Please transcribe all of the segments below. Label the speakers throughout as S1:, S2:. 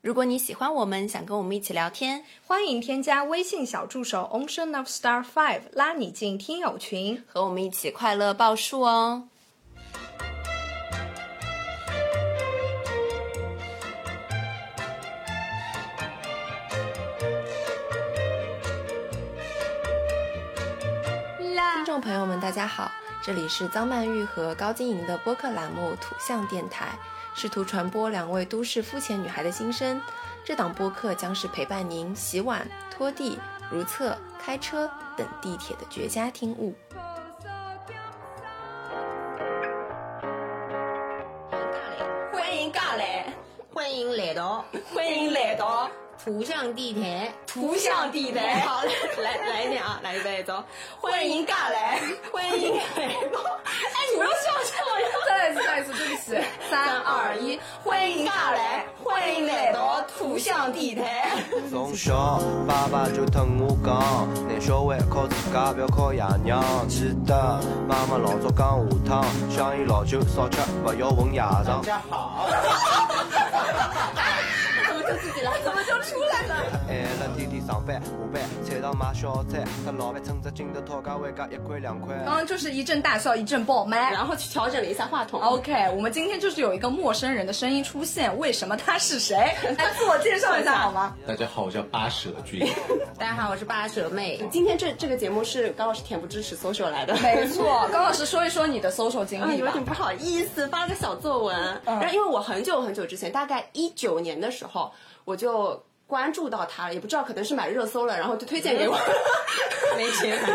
S1: 如果你喜欢我们，想跟我们一起聊天，
S2: 欢迎添加微信小助手 Ocean of Star Five，拉你进听友群。
S1: 和我们一起快乐报数哦。听众朋友们，大家好，这里是张曼玉和高晶莹的播客栏目《土象电台》，试图传播两位都市肤浅女孩的心声。这档播客将是陪伴您洗碗、拖地、如厕、开车等地铁的绝佳听物。
S3: 欢迎驾来，
S4: 欢迎来到
S3: 欢迎来到
S4: 土象地台，
S3: 图像地带。
S4: 好，来来来一点啊，来再走。
S3: 欢迎驾来，欢迎来到。哎，你不要笑笑呀！
S2: 再一次，再一次，对不起。
S3: 三二一，欢迎驾来，欢迎来到图像 地带。
S5: 从小爸爸就疼我讲，男小孩靠自家，不要靠爷娘。记得妈妈老早讲下趟，香烟老酒少吃，不要混夜场。
S3: 怎么就出来了？
S5: 晚了天天上班下班，菜场买小菜，和老板趁着劲头讨价还价，一块两块。
S2: 刚刚就是一阵大笑，一阵爆麦。
S4: 然后去调整了一下话筒。
S2: OK，我们今天就是有一个陌生人的声音出现，为什么他是 谁？来自我介绍一下好吗？
S6: 大家好，我叫八蛇 君。
S4: 大家好，我是八蛇妹。今天这这个节目是高老师恬不知耻搜索来的，
S2: 没错，哎高老师说一说你的 social 经
S4: 啊，
S2: 历
S4: 有
S2: 吧。
S4: 点不好意思，发了个小作文。
S3: 嗯
S4: 然后因为我很久很久之前，大概一九年的时候，我就关注到他了，也不知道可能是买热搜了，然后就推荐给我，
S3: 嗯
S4: 没钱买。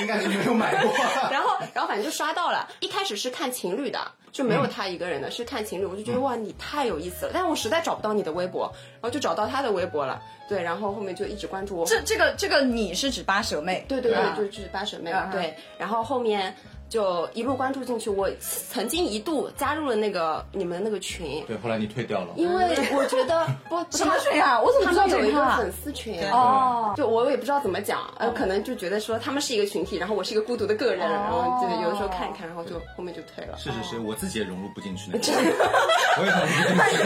S6: 应该是没有买过。
S4: 然后，然后反正就刷到了。一开始是看情侣的，就没有他一个人的，是看情侣。我就觉得哇，你太有意思了，但我实在找不到你的微博，然后就找到他的微博了。对，然后后面就一直关注我。
S2: 这啊这个这个你是指八蛇妹？
S4: 对对
S2: 吧
S4: 对，就就是八婶妹
S2: 嗯。
S4: 对，然后后面。就一路关注进去，我曾经一度加入了那个你们那个群，
S6: 对，后来你退掉了。
S4: 因为我觉 得不
S2: 嗯什么群啊？我怎么
S4: 他
S2: 知道
S4: 们
S2: 这
S4: 有一
S2: 个
S4: 个
S2: 啊？嗯
S4: 粉丝群，
S2: 哦，
S4: 就我也不知道怎么讲，呃，可能就觉得说他们是一个群体，然后我是一个孤独的个
S2: 哦
S4: 人，然后就有的时候看一看，然后就后面就退了。
S6: 是是是，我自己也融入不进去那种。我也想融入进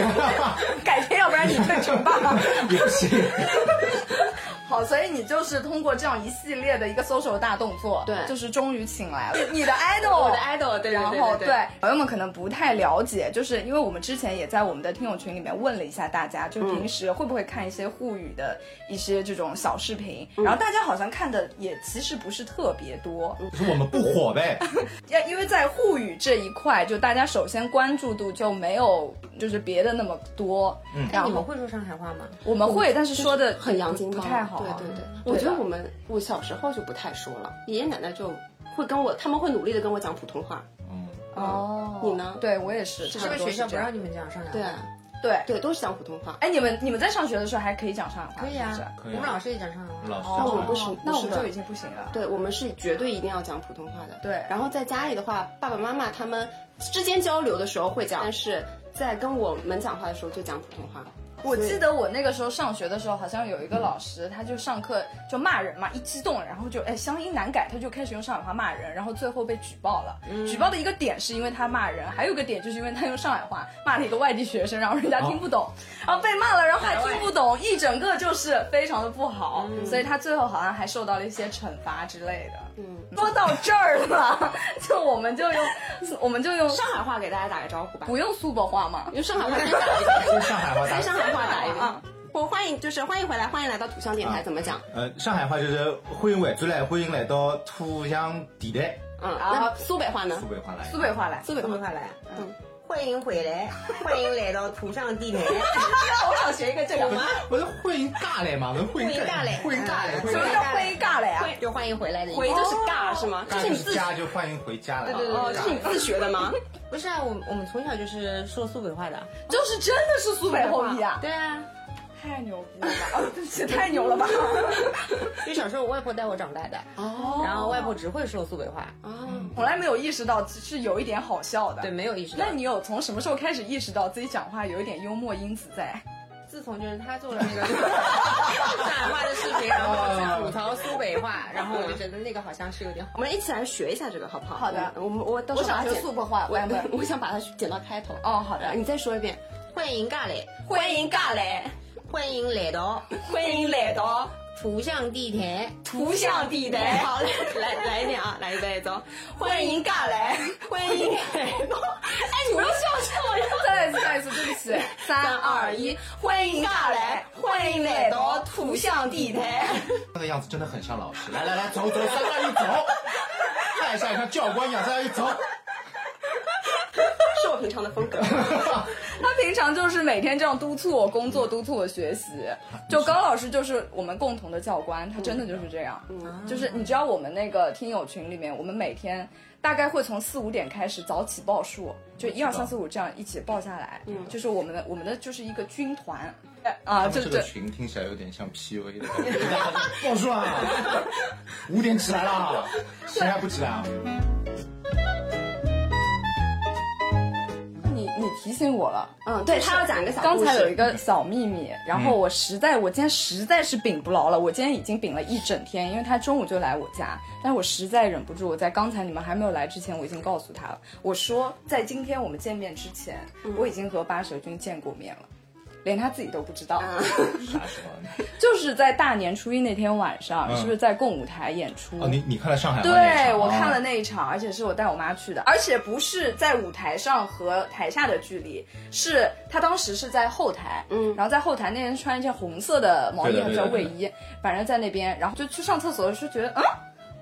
S6: 去，
S2: 改天要不然你退群吧。
S6: 也不行。
S2: 好，所以你就是通过这样一系列的一个 social 大动作，
S4: 对
S2: 就是终于请来了你的 idol，
S4: 我的 idol，对对对对
S2: 哦然后
S4: 对
S2: 朋友们可能不太了解，就是因为我们之前也在我们的听友群里面问了一下大家，就平时会不会看一些沪语的一些这种小视频，然后大家好像看的也其实不是特别多，
S6: 可是我们不火呗。
S2: 因、因为在沪语这一块，就大家首先关注度就没有就是别的那么多，嗯，然后
S4: 会说上海话吗？
S2: 我们会，但是说的
S4: 很洋金
S2: 不
S4: 刚，
S2: 太好，啊
S4: 对对
S2: 对
S4: 对，我觉得
S2: 的
S4: 我们我小时候就不太说了，爷爷奶奶就会跟我，他们会努力的跟我讲普通话。
S6: 嗯，
S2: 哦，
S4: 你呢
S2: 对我也是，
S4: 是
S2: 差不多是这样
S3: 你们讲上海
S4: 对
S2: 对。
S4: 对，都是讲普通话。
S2: 哎，你们你们在上学的时候还可以讲上海话，
S3: 可以啊
S2: 是不是
S6: 可以啊我们老
S3: 师也讲上海
S6: 老师
S4: 那我们不行
S2: 那我们
S4: 是的
S2: 就已经不行了。
S4: 对我们是绝对一定要讲普通话的。
S2: 对
S4: 然后在家里的话，爸爸妈妈他们之间交流的时候会讲，但是在跟我们讲话的时候就讲普通话。
S2: 我记
S4: 得
S2: 得我那个时候上学的时候，好像有一个老师，他就上课就骂人嘛，一激动，然后就哎乡音难改，他就开始用上海话骂人，然后最后被举报了。举报的一个点是因为他骂人，还有一个点就是因为他用上海话骂了一个外地学生，然后人家听不懂，然后被骂了，然后还听不懂，一整个就是非常的不好，所以他最后好像还受到了一些惩罚之类的。嗯，说到这儿了，就我们就用我们就用
S4: 上海话给大家打个招呼吧，
S2: 不用苏北话嘛，
S4: 用上 海话先打一遍，
S6: 用上海话
S4: 用上
S6: 打。
S4: 海话打一遍
S2: 啊。
S4: 我欢迎，就是欢迎回来，欢迎来到土象电台，
S6: 啊
S4: 怎么讲？
S6: 呃，上海话就是欢迎回来，欢迎来到土洋地带。
S4: 嗯，
S2: 然后
S4: 那苏北话呢
S6: 苏？北话来。
S2: 苏北话来。
S4: 苏北话
S3: 快来，
S4: 嗯
S3: 欢迎 回来，欢迎来到土上地台。
S4: 我想 学一个这个
S6: 不是
S4: 吗？
S6: 不是欢迎尬来嘛？不是欢迎欢迎尬来，欢
S2: 什
S6: 迎
S2: 么
S6: 尬
S2: 叫
S6: 来。
S2: 灰尬了呀？
S3: 就欢迎回来的意思哦
S4: 回就是尬是吗？这
S6: 尬
S4: 是
S6: 就
S4: 你
S6: 是
S4: 自
S6: 家就欢迎回家了。哦
S4: 对对对，这是你自学的吗？
S3: 不是啊，我我们从小就是说苏北话的。
S2: 就是真的是苏北后裔啊！
S3: 对啊，
S2: 太牛逼了吧！哦对不起， 太牛 了吧！
S3: 就小时候我外婆带我长大的，
S4: 哦
S3: 然后外婆只会说苏北话，
S4: 哦，
S2: 从来没有意识到是有一点好笑的。
S3: 对，。没有意识到。
S2: 那你有从什么时候开始意识到自己讲话有一点幽默因子在？
S3: 自从就是他做了那个 上海话的视频，然后去
S6: 哦
S3: 吐槽苏北话，然后我就觉得那个好像是有点好。
S4: 我们一起来学一下这个好不好？
S2: 好的
S4: 我们我到时
S2: 我
S4: 候把
S2: 想
S4: 它
S2: 学
S4: 剪
S2: 苏北话，
S4: 我
S2: 版本。
S4: 我想把它剪到开头。嗯
S2: 哦，好的
S4: 你再说一遍，
S3: 欢欢迎咖喱，
S1: 欢迎尬嘞，
S3: 欢迎来到
S1: 欢迎来到
S3: 图像地铁。
S1: 图像地带，
S4: 好嘞，来 来一点啊，来一杯，走，
S1: 欢迎尬嘞，
S4: 欢迎来到
S1: 哎
S2: 除了笑笑，再来一次，再来一次，对不起。
S1: 三二一，欢迎尬嘞，欢迎来到图像地带。
S6: 那个样子真的很像老师。来来来，走走，三二一，走。再像像教官一样，三二一，
S2: 啊
S6: 走。
S4: 是我平常的风格。
S2: 他平常就是每天这样督促我工作，督促我学习。
S6: 嗯
S2: 就高老师就是我们共同的教官，他真的就是这样。嗯就是你知道我们那个听友群里面，我们每天大概会从四五点开始早起报数，就一二三四五这样一起报下来。就是我们的我们的就是一个军团。啊，
S6: 他
S2: 就
S6: 们
S2: 是
S6: 这
S2: 对
S6: 个群听起来有点像 PUA 的感觉。 报数啊，五点起来啦，谁还不起来啊？
S2: 你你提醒我了。
S4: 嗯，对他要讲一个小
S2: 刚
S4: 故事
S2: 才有一个小秘密，然
S6: 嗯
S2: 后我实在，我今天实在是饼不牢了，我今天已经饼了一整天，因为他中午就来我家，但是我实在忍不住，我在刚才你们还没有来之前，我已经告诉他了，我说在今天我们见面之前，
S4: 嗯
S2: 我已经和八蛇君见过面了。连他自己都不知道，
S4: 啊
S6: 啥时候
S2: 就是在大年初一那天晚上，
S6: 嗯
S2: 是不是在共舞台演出？
S6: 啊？哦，你你看了上海吗？那
S2: 对，
S6: 场
S2: 我看了。
S6: 哦
S2: 那一场，而且是我带我妈去的，而且不是在舞台上和台下的距离，是她当时是在后台，嗯，然后在后台那天穿一件红色的毛衣
S6: 对的
S2: 还是
S6: 对的
S2: 卫衣，反正在那边，然后就去上厕所的时候觉得，嗯。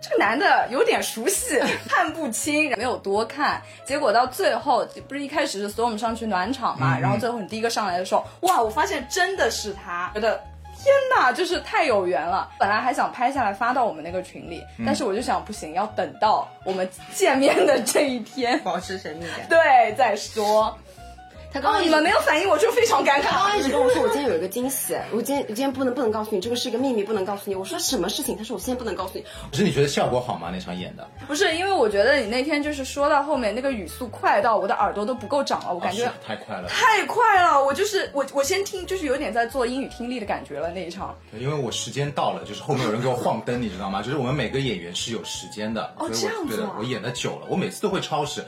S2: 这个男的有点熟悉， 看不清，没有多看。结果到最后，不是一开始是所有我们上去暖场嘛，
S6: 嗯嗯
S2: 然后最后你第一个上来的时候，哇，我发现真的是他，觉得天呐，就是太有缘了！本来还想拍下来发到我们那个群里，
S3: 嗯
S2: 但是我就想不行，要等到我们见面的这一天，
S3: 保持神秘感。
S2: 对再说。
S4: 他刚
S2: 哦，
S4: 刚
S2: 你们没有反应，我就非常尴
S4: 他刚
S2: 尬。
S4: 一直跟我说，我今天有一个惊喜，我今天我今天不能不能告诉你，这个是一个秘密，不能告诉你。我说什么事情？他说我现在不能告诉你。
S6: 哦可是你觉得效果好吗？那场演的，
S2: 不是因为我觉得你那天就是说到后面那个语速快到我的耳朵都不够长了，我感觉
S6: 哦是太快了。
S2: 太快了。我就是我，我先听就是有点在做英语听力的感觉了那一场。
S6: 对因为我时间到了，就是后面有人给我晃灯，你知道吗？就是我们每个演员是有时间的，
S2: 哦
S6: 所以
S2: 这样
S6: 我
S2: 子
S6: 对的
S2: 啊，
S6: 我演的久了，我每次都会超时，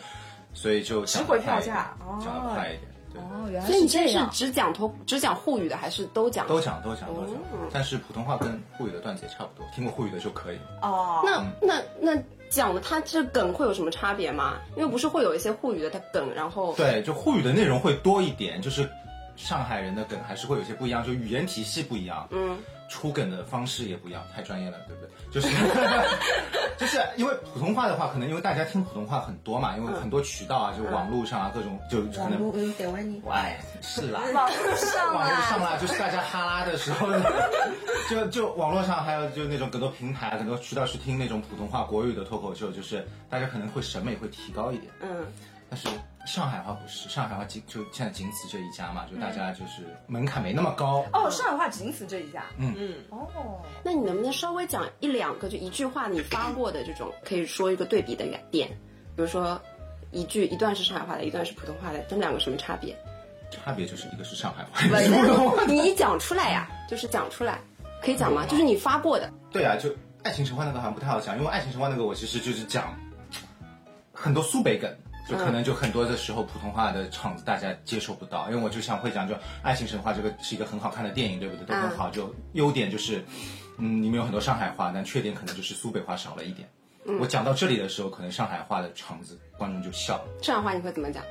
S6: 所以就想
S2: 值回
S6: 得
S2: 票
S6: 快
S2: 价
S6: 一点讲
S2: 哦
S6: 的快一点，对，
S2: 哦，原来
S4: 所以你这是只讲头只讲沪语的，还是都讲？
S6: 都讲都讲都讲，但是普通话跟沪语的段子也差不多，听过沪语的就可以了。
S2: 哦。
S4: 那
S6: 嗯
S4: 那那讲的他这梗会有什么差别吗？因为不是会有一些沪语的梗，然后
S6: 对，就沪语的内容会多一点，就是上海人的梗还是会有些不一样，就语言体系不一样，嗯，出梗的方式也不一样，太专业了，对不对？就是就是因为普通话的话，可能因为大家听普通话很多嘛，因为很多渠道啊，就网络上啊，各种就可能。
S3: 嗯，得问你。
S6: 哎，是啦，
S2: 网络上
S6: 网络上
S2: 啊，
S6: 啦，就是大家哈拉的时候， 就就网络上还有就那种很多平台、很多渠道去听那种普通话国语的脱口秀，就是大家可能会审美会提高一点，
S4: 嗯，
S6: 但是上海话不是，上海话仅就现在仅此这一家嘛，就大家就是门槛没那么高。
S2: 嗯哦，上海话仅此这一家。
S6: 嗯
S2: 嗯，哦。
S4: 那你能不能稍微讲一两个，就一句话你发过的这种，可以说一个对比的点，比如说一句一段是上海话的，一段是普通话的，他们两个什么差别？
S6: 差别就是一个是上海 话，一个是普通话。
S4: 不是 你讲出来呀、就是讲出来，可以讲吗？就是你发过的，
S6: 对啊，就《爱情神话》那个好像不太好讲，因为《爱情神话》那个我其实就是讲很多苏北梗，就可能就很多的时候普通话的场子大家接受不到，因为我就想会讲就《爱情神话》这个是一个很好看的电影，对不对？都很好，就优点就是嗯里面有很多上海话，但缺点可能就是苏北话少了一点。我讲到这里的时候，可能上海话的场子观众就笑了，
S4: 上海话你会怎么讲？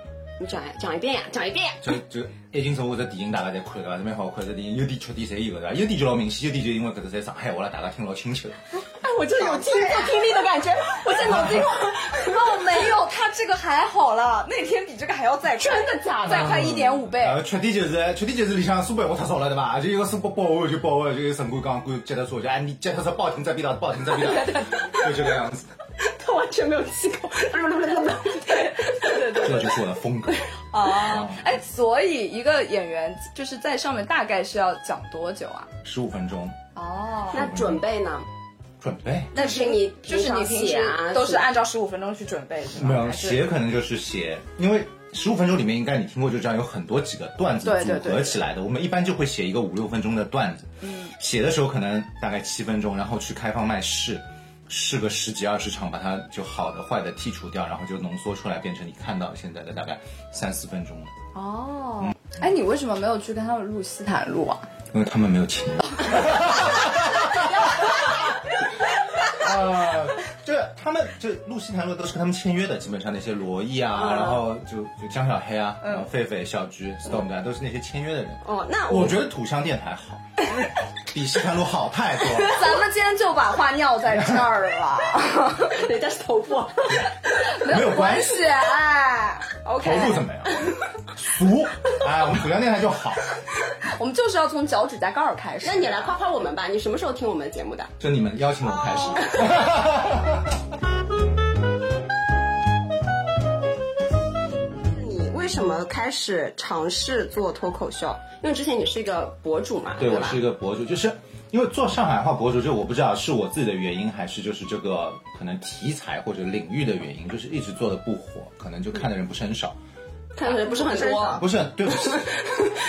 S4: 你讲讲一遍呀，讲一遍呀。
S6: 就 就哎爱情神话这电影大家在看对伐？是蛮好看的电影，优点缺点侪有的，啊优点就老明显，优点就因为搿只在上海话了，大家听老亲切了。
S4: 哎，我就有听做听力的感觉，我现在脑子里
S2: 哦，没有，他这个还好了，那天比这个还要再快，真的假的？再快一点五倍。
S6: 呃，缺点就是缺点就是里向苏北话太少了，对吧？啊就一个苏北包围就包围，就有城管讲管脚踏车，就哎你脚踏车不好停这边了，不好停这边了，就这个样子。
S4: 他完全没有气口，
S6: 这就是我的风格。
S2: 哦，哎，所以一个演员就是在上面大概是要讲多久啊？
S6: 十五分钟
S2: 哦，
S4: 那准备呢？
S6: 准备，
S2: 那
S4: 就是你
S2: 就是你平
S4: 平常写啊
S2: 时都是
S4: 是
S2: 按照十五分钟去准备是吗？
S6: 没有
S2: 还是
S6: 写可能就是写，因为十五分钟里面应该你听过，就这样有很多几个段子
S2: 对对
S6: 组合
S2: 对
S6: 起来的。我们一般就会写一个五六分钟的段子，嗯，写的时候可能大概七分钟，然后去开放麦试。试个十几二十场，把它就好的坏的剔除掉，然后就浓缩出来，变成你看到现在的大概三四分钟了。
S2: 哦，哎，你为什么没有去跟他们录西坦录啊？
S6: 因为他们没有 请我。呃，就是他们就露西谈论都是跟他们签约的，基本上那些罗毅啊，
S2: 嗯
S6: 然后就就江小黑啊，然后狒狒、小菊、Storm 啊，都是那些签约的人。
S4: 哦，那
S6: 我觉得土香电台好，比西坛路好太多了。
S2: 咱们今天就把话撂在这儿 了，
S4: 人家是头部，啊
S6: 没有关系
S2: 是哎，OK，
S6: 投入怎么样？俗，哎，我们土香电台就好。
S2: 我们就是要从脚趾甲盖儿开始。
S4: 那你来夸夸我们吧，你什么时候听我们节目的？
S6: 就你们邀请我们开始。
S4: 你为什么开始尝试做脱口秀？因为之前你是一个博主嘛，
S6: 对
S4: 吧？
S6: 我是一个博主，就是因为做上海话博主，就我不知道是我自己的原因，还是就是这个可能题材或者领域的原因，就是一直做的不火，可能就看的人不是很少，
S4: 看的人不是很多，
S6: 不是很对，不是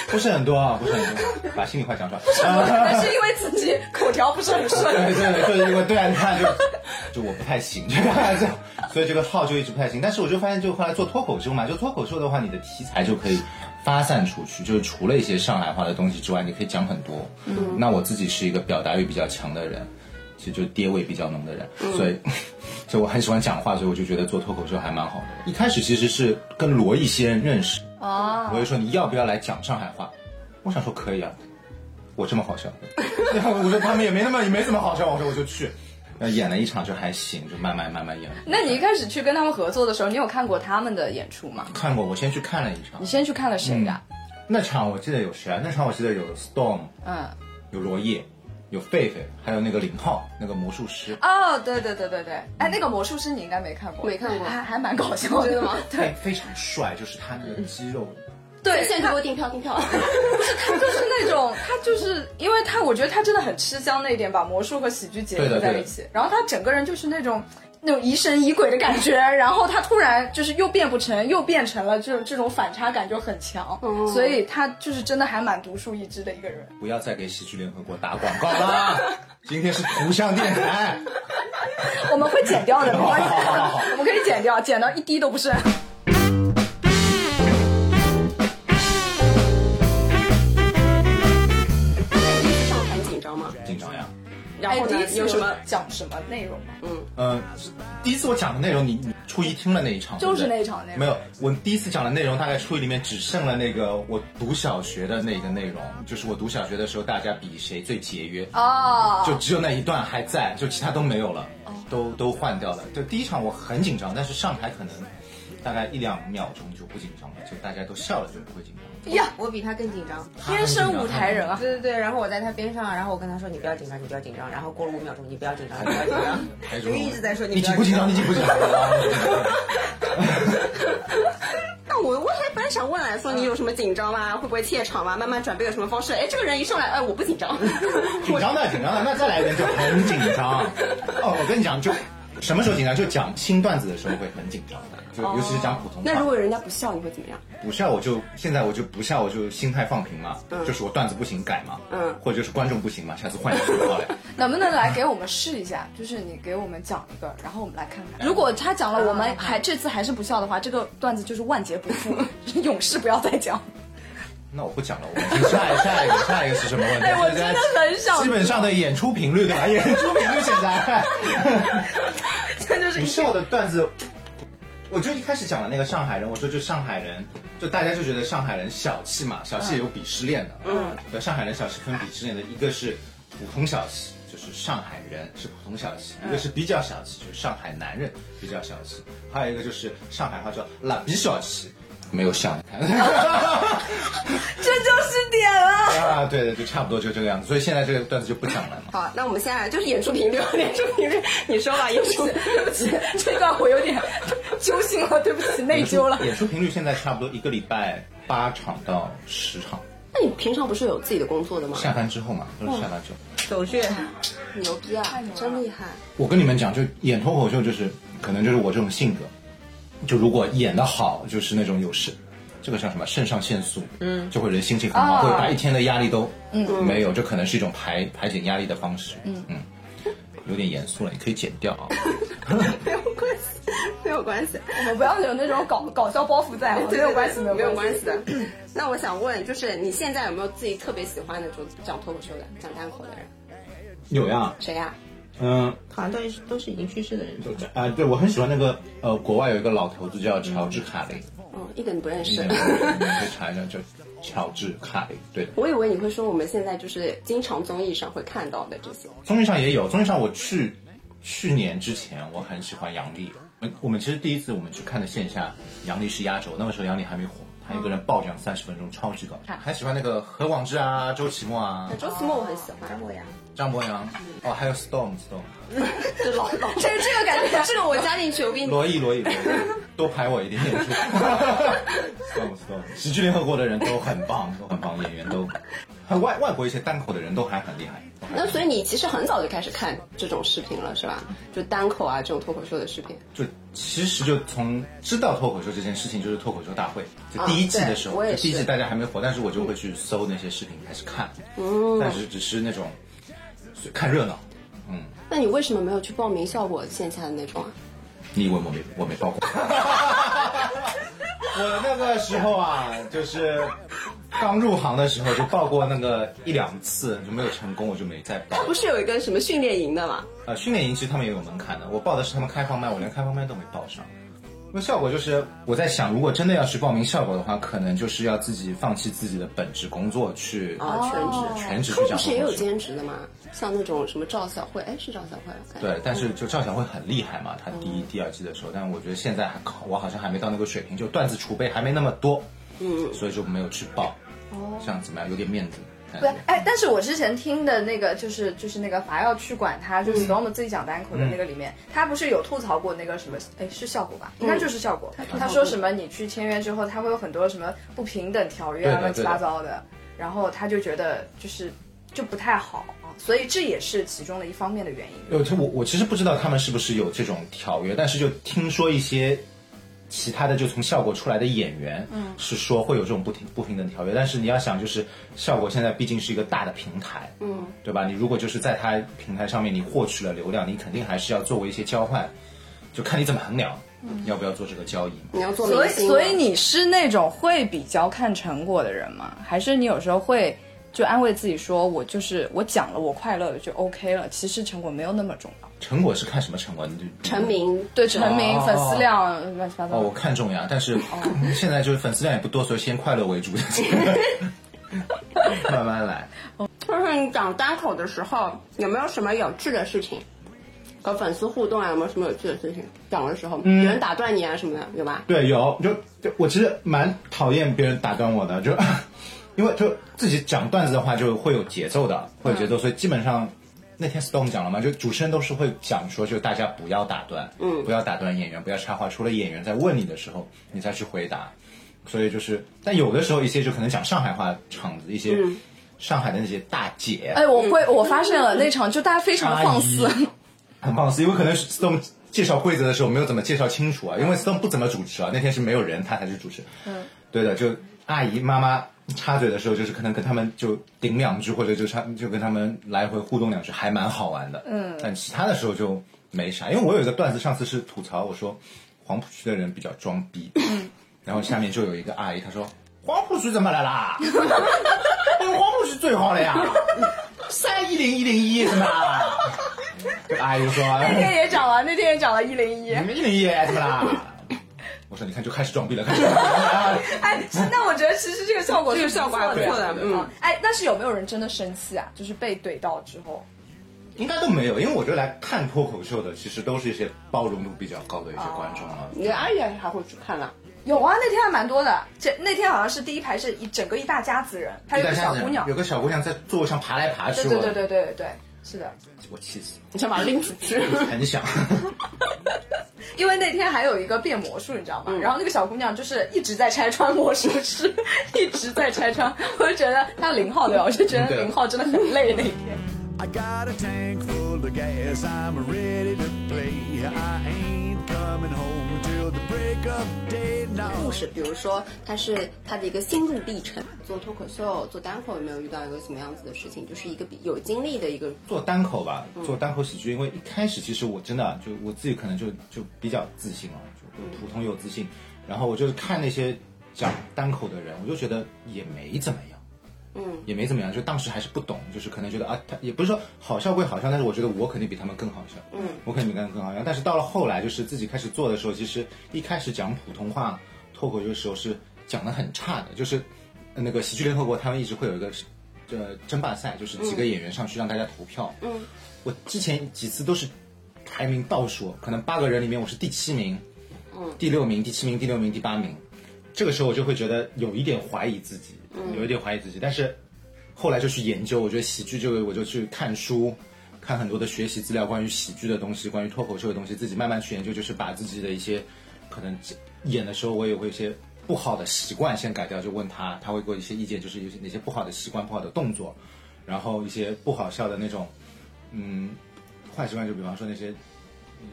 S6: 不是很多啊，不是 很多，把心里话讲出来。
S2: 但是因为 自己口条不是很顺，
S6: 对对对，我对啊，你看就就我不太行， 这个就所以这个号就一直不太行。但是我就发现，就后来做脱口秀嘛，就脱口秀的话，你的题材就可以发散出去，就是除了一些上海话的东西之外，你可以讲很多。嗯，那我自己是一个表达欲比较强的人，其实就爹味比较浓的人，所以。 所以我很喜欢讲话，所以我就觉得做脱口秀还蛮好的。一开始其实是跟罗毅先认识，
S2: 哦，
S6: 我就说你要不要来讲上海话？我想说可以啊，我这么好笑， 然后我说他们也没那么也没怎么好笑，我说我就去，呃，演了一场就还行，就慢慢慢慢演。
S2: 那你一开始去跟他们合作的时候，你有看过他们的演出吗？
S6: 看过，我先去看了一场
S2: 你，先去看了谁呀、
S6: 那场我记得有谁啊？那场我记得有 Storm，
S2: 嗯，
S6: 有罗毅，有狒狒，还有那个林浩，那个魔术师。
S2: 哦，对对对对对，哎，那个魔术师你应该没看过，
S4: 没看过
S2: 还 还蛮搞笑的吗？
S6: 对，哎非常帅，就是他那个肌 肉，
S2: 对，
S4: 现在给我订票订 票。
S2: 他就是那种，他就是因为他，我觉得他真的很吃香那一点，把魔术和喜剧结合在一起。然后他整个人就是那种那种疑神疑鬼的感 觉，然后他突然就是又变不成，又变成了，就是这种反差感就很强。所以他就是真的还蛮独树一帜的一个人。
S6: 不要再给喜剧联合国打广告啦！今天是图像电 台。
S2: 我们会剪掉的，没关 系
S6: 好好好好，
S2: 我们可以剪掉，剪到一滴都不剩。
S4: 上台紧张吗？
S6: 紧张呀。
S4: 然后
S2: 哎第一
S4: 呢？
S2: 次
S4: 有什么？
S2: 讲什么内容吗？
S6: 嗯，第一次我讲的内容，你你初一听了那一场，对不
S2: 就是
S6: 对
S2: 那一场内容
S6: 没有，我第一次讲的内容，大概初一里面只剩了那个我读小学的那个内容，就是我读小学的时候，大家比谁最节约，
S2: 哦，
S6: 就只有那一段还在，就其他都没有了，都都换掉了。就第一场我很紧张，但是上台可能大概一两秒钟就不紧张了，就大家都笑了就不会紧张。
S2: 呀，
S3: 我比他更紧张。
S2: 天生舞台人啊！
S3: 对对对，然后我在他边上，然后我跟他说：“你不要紧张，你不要紧张。”然后过了五秒钟，你不要紧张，你不要紧张。
S6: 还有这
S3: 就
S6: 种
S3: 一直在说
S6: 哎你
S3: 不
S6: 紧
S3: 要
S6: 不紧张？你。
S3: 紧张
S6: 紧不紧张？
S4: 那我我还本来想问来说你有什么紧张吗？会不会怯场吗？慢慢转变有什么方式？哎，这个人一上来，哎，我不 紧张。
S6: 紧张的，紧张的，那再来一遍就很紧张。哦，我跟你讲，就什么时候紧张，就讲新段子的时候会很紧张，就
S2: 哦
S6: 尤其是讲普通话。
S4: 那如果人家不笑，你会怎么样？
S6: 不笑，我就现在我就不笑，我就心态放平嘛，
S2: 嗯
S6: 就是我段子不行改嘛，
S4: 嗯
S6: 或者就是观众不行嘛，下次换一个好嘞。
S2: 能不能来给我们试一下？就是你给我们讲一个，然后我们来看看。如果他讲了，我们还这次还是不笑的话，这个段子就是万劫不 复，永世不要再讲。
S6: 那我不讲了，我们听下一下一个下一个是什么问题？
S2: 哎 我真的很想
S6: 基本上的演出频率 对吧？演出频率现在，
S2: 这就是
S6: 不笑的段子。我就一开始讲的那个上海人，我说就上海人，就大家就觉得上海人小气嘛，小气也有鄙视链的。嗯，对，上海人小气分鄙视链的，一个是普通小气，就是上海人是普通小气；
S2: 嗯
S6: 一个是比较小气，就是上海男人比较小气；还有一个就是上海话叫蜡笔小气，没有像。
S2: 这就是点了。
S6: 啊，对对，就差不多就这个样子。所以现在这个段子就不讲了嘛。
S4: 好，那我们现在就是演出频率，演出频率， 你说吧，演出。
S2: 对不起，这段我有点揪心了，对不 起，内疚了。
S6: 演出频率现在差不多一个礼拜八场到十场，
S4: 那你平常不是有自己的工作的吗？
S2: 啊
S6: 下班之后嘛，
S3: 嗯
S6: 就是下班之后。
S3: 手续，
S4: 牛逼啊，真厉害！
S6: 我跟你们讲，就演脱口秀，就是可能就是我这种性格，就如果演得好，就是那种有事。这个叫什么？肾上腺素，嗯，就会人心情很
S3: 啊
S6: 好，
S2: 哦
S6: 会把一天的压力都嗯没有，这可能是一种排排解压力的 方式，嗯嗯，有点严肃了，你可以剪掉啊。
S4: 没有关系，没有关系。
S2: 我们不要有那种搞搞笑包袱在，没有关系，
S4: 没有
S2: 关系。
S4: 关系的。那我想问，就是你现在有没有自己特别喜欢的这种讲脱口秀的、讲单口的人？
S6: 有呀，
S4: 谁啊呀、
S6: 嗯，
S3: 好像都是都是已经去世的人做的。
S6: 啊，对我很喜欢那个呃，国外有一个老头子叫乔治卡林，
S4: 嗯，一个你不认识
S6: 你。们可以查一下，叫乔治卡林，对的。
S4: 我以为你会说我们现在就是经常综艺上会看到的这些。
S6: 综艺上也有，综艺上我去去年之前我很喜欢杨笠，我们我们其实第一次我们去看的线下，杨笠是压轴，那个时候杨笠还没火，他一个人爆讲三十分钟，超级搞笑。还喜欢那个何广智啊、周奇墨啊、
S4: 周奇墨我很喜欢，
S3: 我呀，
S6: 张博洋，哦，还有 Storm Storm，
S4: 就老老
S2: 这这个感觉，
S4: 这个我加进去，我给你
S6: 罗毅罗毅，罗毅多排我一点演出。Storm Storm，喜剧联合国的人都很棒，都很棒，演员都，还有外外国一些单口的人都还很厉害。都还
S4: 那所以你其实很早就开始看这种视频了，是吧？就单口啊这种脱口秀的视频。
S6: 就其实就从知道脱口秀这件事情，就是脱口秀大会，就第一季的时
S4: 啊对
S6: 候，
S4: 我也
S6: 就是第一季大家还没火，但是我就会去搜那些视频开始看，
S4: 嗯
S6: 但是只是那种是看热闹。嗯，
S4: 那你为什么没有去报名效果线下的那种啊？
S6: 你以为我没我没报 过？我那个时候啊，就是刚入行的时候就报过那个一两次，就没有成功，我就没再报。
S4: 不是有一个什么训练营的吗？
S6: 呃，训练营其实他们也有门槛的，我报的是他们开放麦，我连开放麦都没报上。那效果就是我在想，如果真的要去报名效果的话，可能就是要自己放弃自己的本职工作去呃
S4: 啊，全职。
S6: 全职去
S4: 他们
S6: 讲
S4: 不是也
S6: 脱
S4: 有
S6: 口秀。
S4: 兼职的吗？像那种什么赵小慧，哎，是赵小慧吧，感觉
S6: 对，但是就赵小慧很厉害嘛，她第
S4: 嗯
S6: 一、第二季的时候，但我觉得现在还考，我好像还没到那个水平，就段子储备还没那么多，嗯，所以就没有去报。哦，这样怎么样？有点面子。但
S2: 对
S4: 啊
S6: 是，
S2: 哎，但是我之前听的那个就是就是那个华耀去管他，就是
S6: 嗯
S2: Storm 自己讲单口的那个里面，他不是有吐槽过那个什么，哎，是效果吧？应
S6: 嗯
S2: 该就是效果。他说什么你去签约之后，他会有很多什么不平等条约啊，
S6: 对的
S2: 乱七八糟的，然后他就觉得就是就不太好，啊所以这也是其中的一方面的原因。
S6: 有，呃我我其实不知道他们是不是有这种条约，但是就听说一些其他的，就从效果出来的演员，嗯，是说会有这种不平不平等条约。但是你要想，就是效果现在毕竟是一个大的平台，嗯，对吧？你如果就是在它平台上面你获取了流量，你肯定还是要作为一些交换，就看你怎么衡量，要不要做这个交易嘛。
S4: 你要做
S2: 所
S4: 明
S2: 以，
S4: 星的，啊
S2: 所以你是那种会比较看成果的人吗？还是你有时候会就安慰自己说，我就是我讲了，我快乐了就 OK 了，其实成果没有那么重要。
S6: 成果是看什么成果？你就
S4: 成名
S2: 对，成名、
S6: 哦
S2: 粉丝量乱七八糟
S6: 哦，。我看重呀，但是、 现在就是粉丝量也不多，所以先快乐为主，慢慢来。
S4: 就是你讲单口的时候，有没有什么有趣的事情？和粉丝互动啊，有没有什么有趣的事情？讲的时候，有人打断你啊什么的，有吧？
S6: 对，有就就我其实蛮讨厌别人打断我的，就因为就自己讲段子的话就会有节奏的，会有节奏，所以基本上那天 Storm 讲了嘛，就主持人都是会讲说，就大家不要打断，嗯，不要打断演员，不要插话，除了演员在问你的时候，你再去回答。所以就是，但有的时候一些就可能讲上海话场子，一些上海的那些大姐，
S2: 哎，我会，我发现了那场就大家非常放肆
S6: 阿， 姨很放肆，因为可能是 Storm 介绍规则的时候没有怎么介绍清楚啊，因为 Storm 不怎么主持啊，那天是没有人，他才是主持。嗯，对的，就阿姨妈妈插嘴的时候，就是可能跟他们就顶两句，或者就插就跟他们来回互动两句，还蛮好玩的。嗯，但其他的时候就没啥，因为我有一个段子，上次是吐槽我说黄浦区的人比较装逼，然后下面就有一个阿姨她说。黄浦区怎么来啦？ 我们黄浦区最好了 呀，三一零一零一是吧？这个阿姨就说，
S2: 那天也讲了，那天也讲了一零一。
S6: 你们一零一怎么啦？ 我说你看就开始装逼了，啊开始装逼了。
S2: 哎，是那我觉得其实这个效果
S4: 这个效果还不错的
S2: 的，
S4: 嗯。
S2: 哎，但是有没有人真的生气啊？就是被怼到之后，
S6: 应该都没有，因为我觉得来看脱口秀的，其实都是一些包容度比较高的一些观众啊。
S2: 哦
S4: 你的阿姨还会去看了，
S2: 有啊，那天还蛮多的。这那天好像是第一排是一整个一大家子人，还有一
S6: 一
S2: 个
S6: 般
S2: 小
S6: 像
S2: 姑娘
S6: 有。个小姑娘在座位上爬来爬去，
S2: 对对对对对对对，是的。
S6: 我我气死了，
S4: 你想把她拎出去。
S6: 很想。
S2: 因为那天还有一个变魔术，你知道吗？
S4: 嗯
S2: 然后那个小姑娘就是一直在拆穿魔术师， 一直在拆穿，我就觉得她零号对吧？我就 觉得
S6: 对
S2: 零号真的很累那天。
S7: I got a tank full of gas, I'm ready to play. I ain't coming home till till the break of day now.
S4: 故事，比如说他是他的一个心路历程，做脱口秀、做单口有没有遇到一个什么样子的事情？就是一个比有经历的一个
S6: 做单口吧，做单口喜剧，因为一开始其实我真的就我自己可能就就比较自信了，就普通有自信。然后我就是看那些讲单口的人，我就觉得也没怎么样，嗯，也没怎么样。就当时还是不懂，就是可能觉得啊，他也不是说好笑归好笑，但是我觉得我肯定比他们更好笑，嗯，我肯定比他们更好笑。但是到了后来，就是自己开始做的时候，其实一开始讲普通话脱口秀的时候是讲的很差的，就是呃那个喜剧联合国他们一直会有一个呃争霸赛，就是几个演员上去让大家投票。嗯，我之前几次都是排名倒数，可能八个人里面我是第七名，嗯，第六名、第七名、第六名、第八名。这个时候我就会觉得有一点怀疑自己，有一点怀疑自己。但是后来就去研究，我觉得喜剧这个，我就去看书，看很多的学习资料，关于喜剧的东西，关于脱口秀的东西，自己慢慢去研究，就是把自己的一些可能演的时候，我也会一些不好的习惯先改掉，就问他，他会给我一些意见，就是有些哪些不好的习惯、不好的动作，然后一些不好笑的那种，嗯，坏习惯，就比方说那些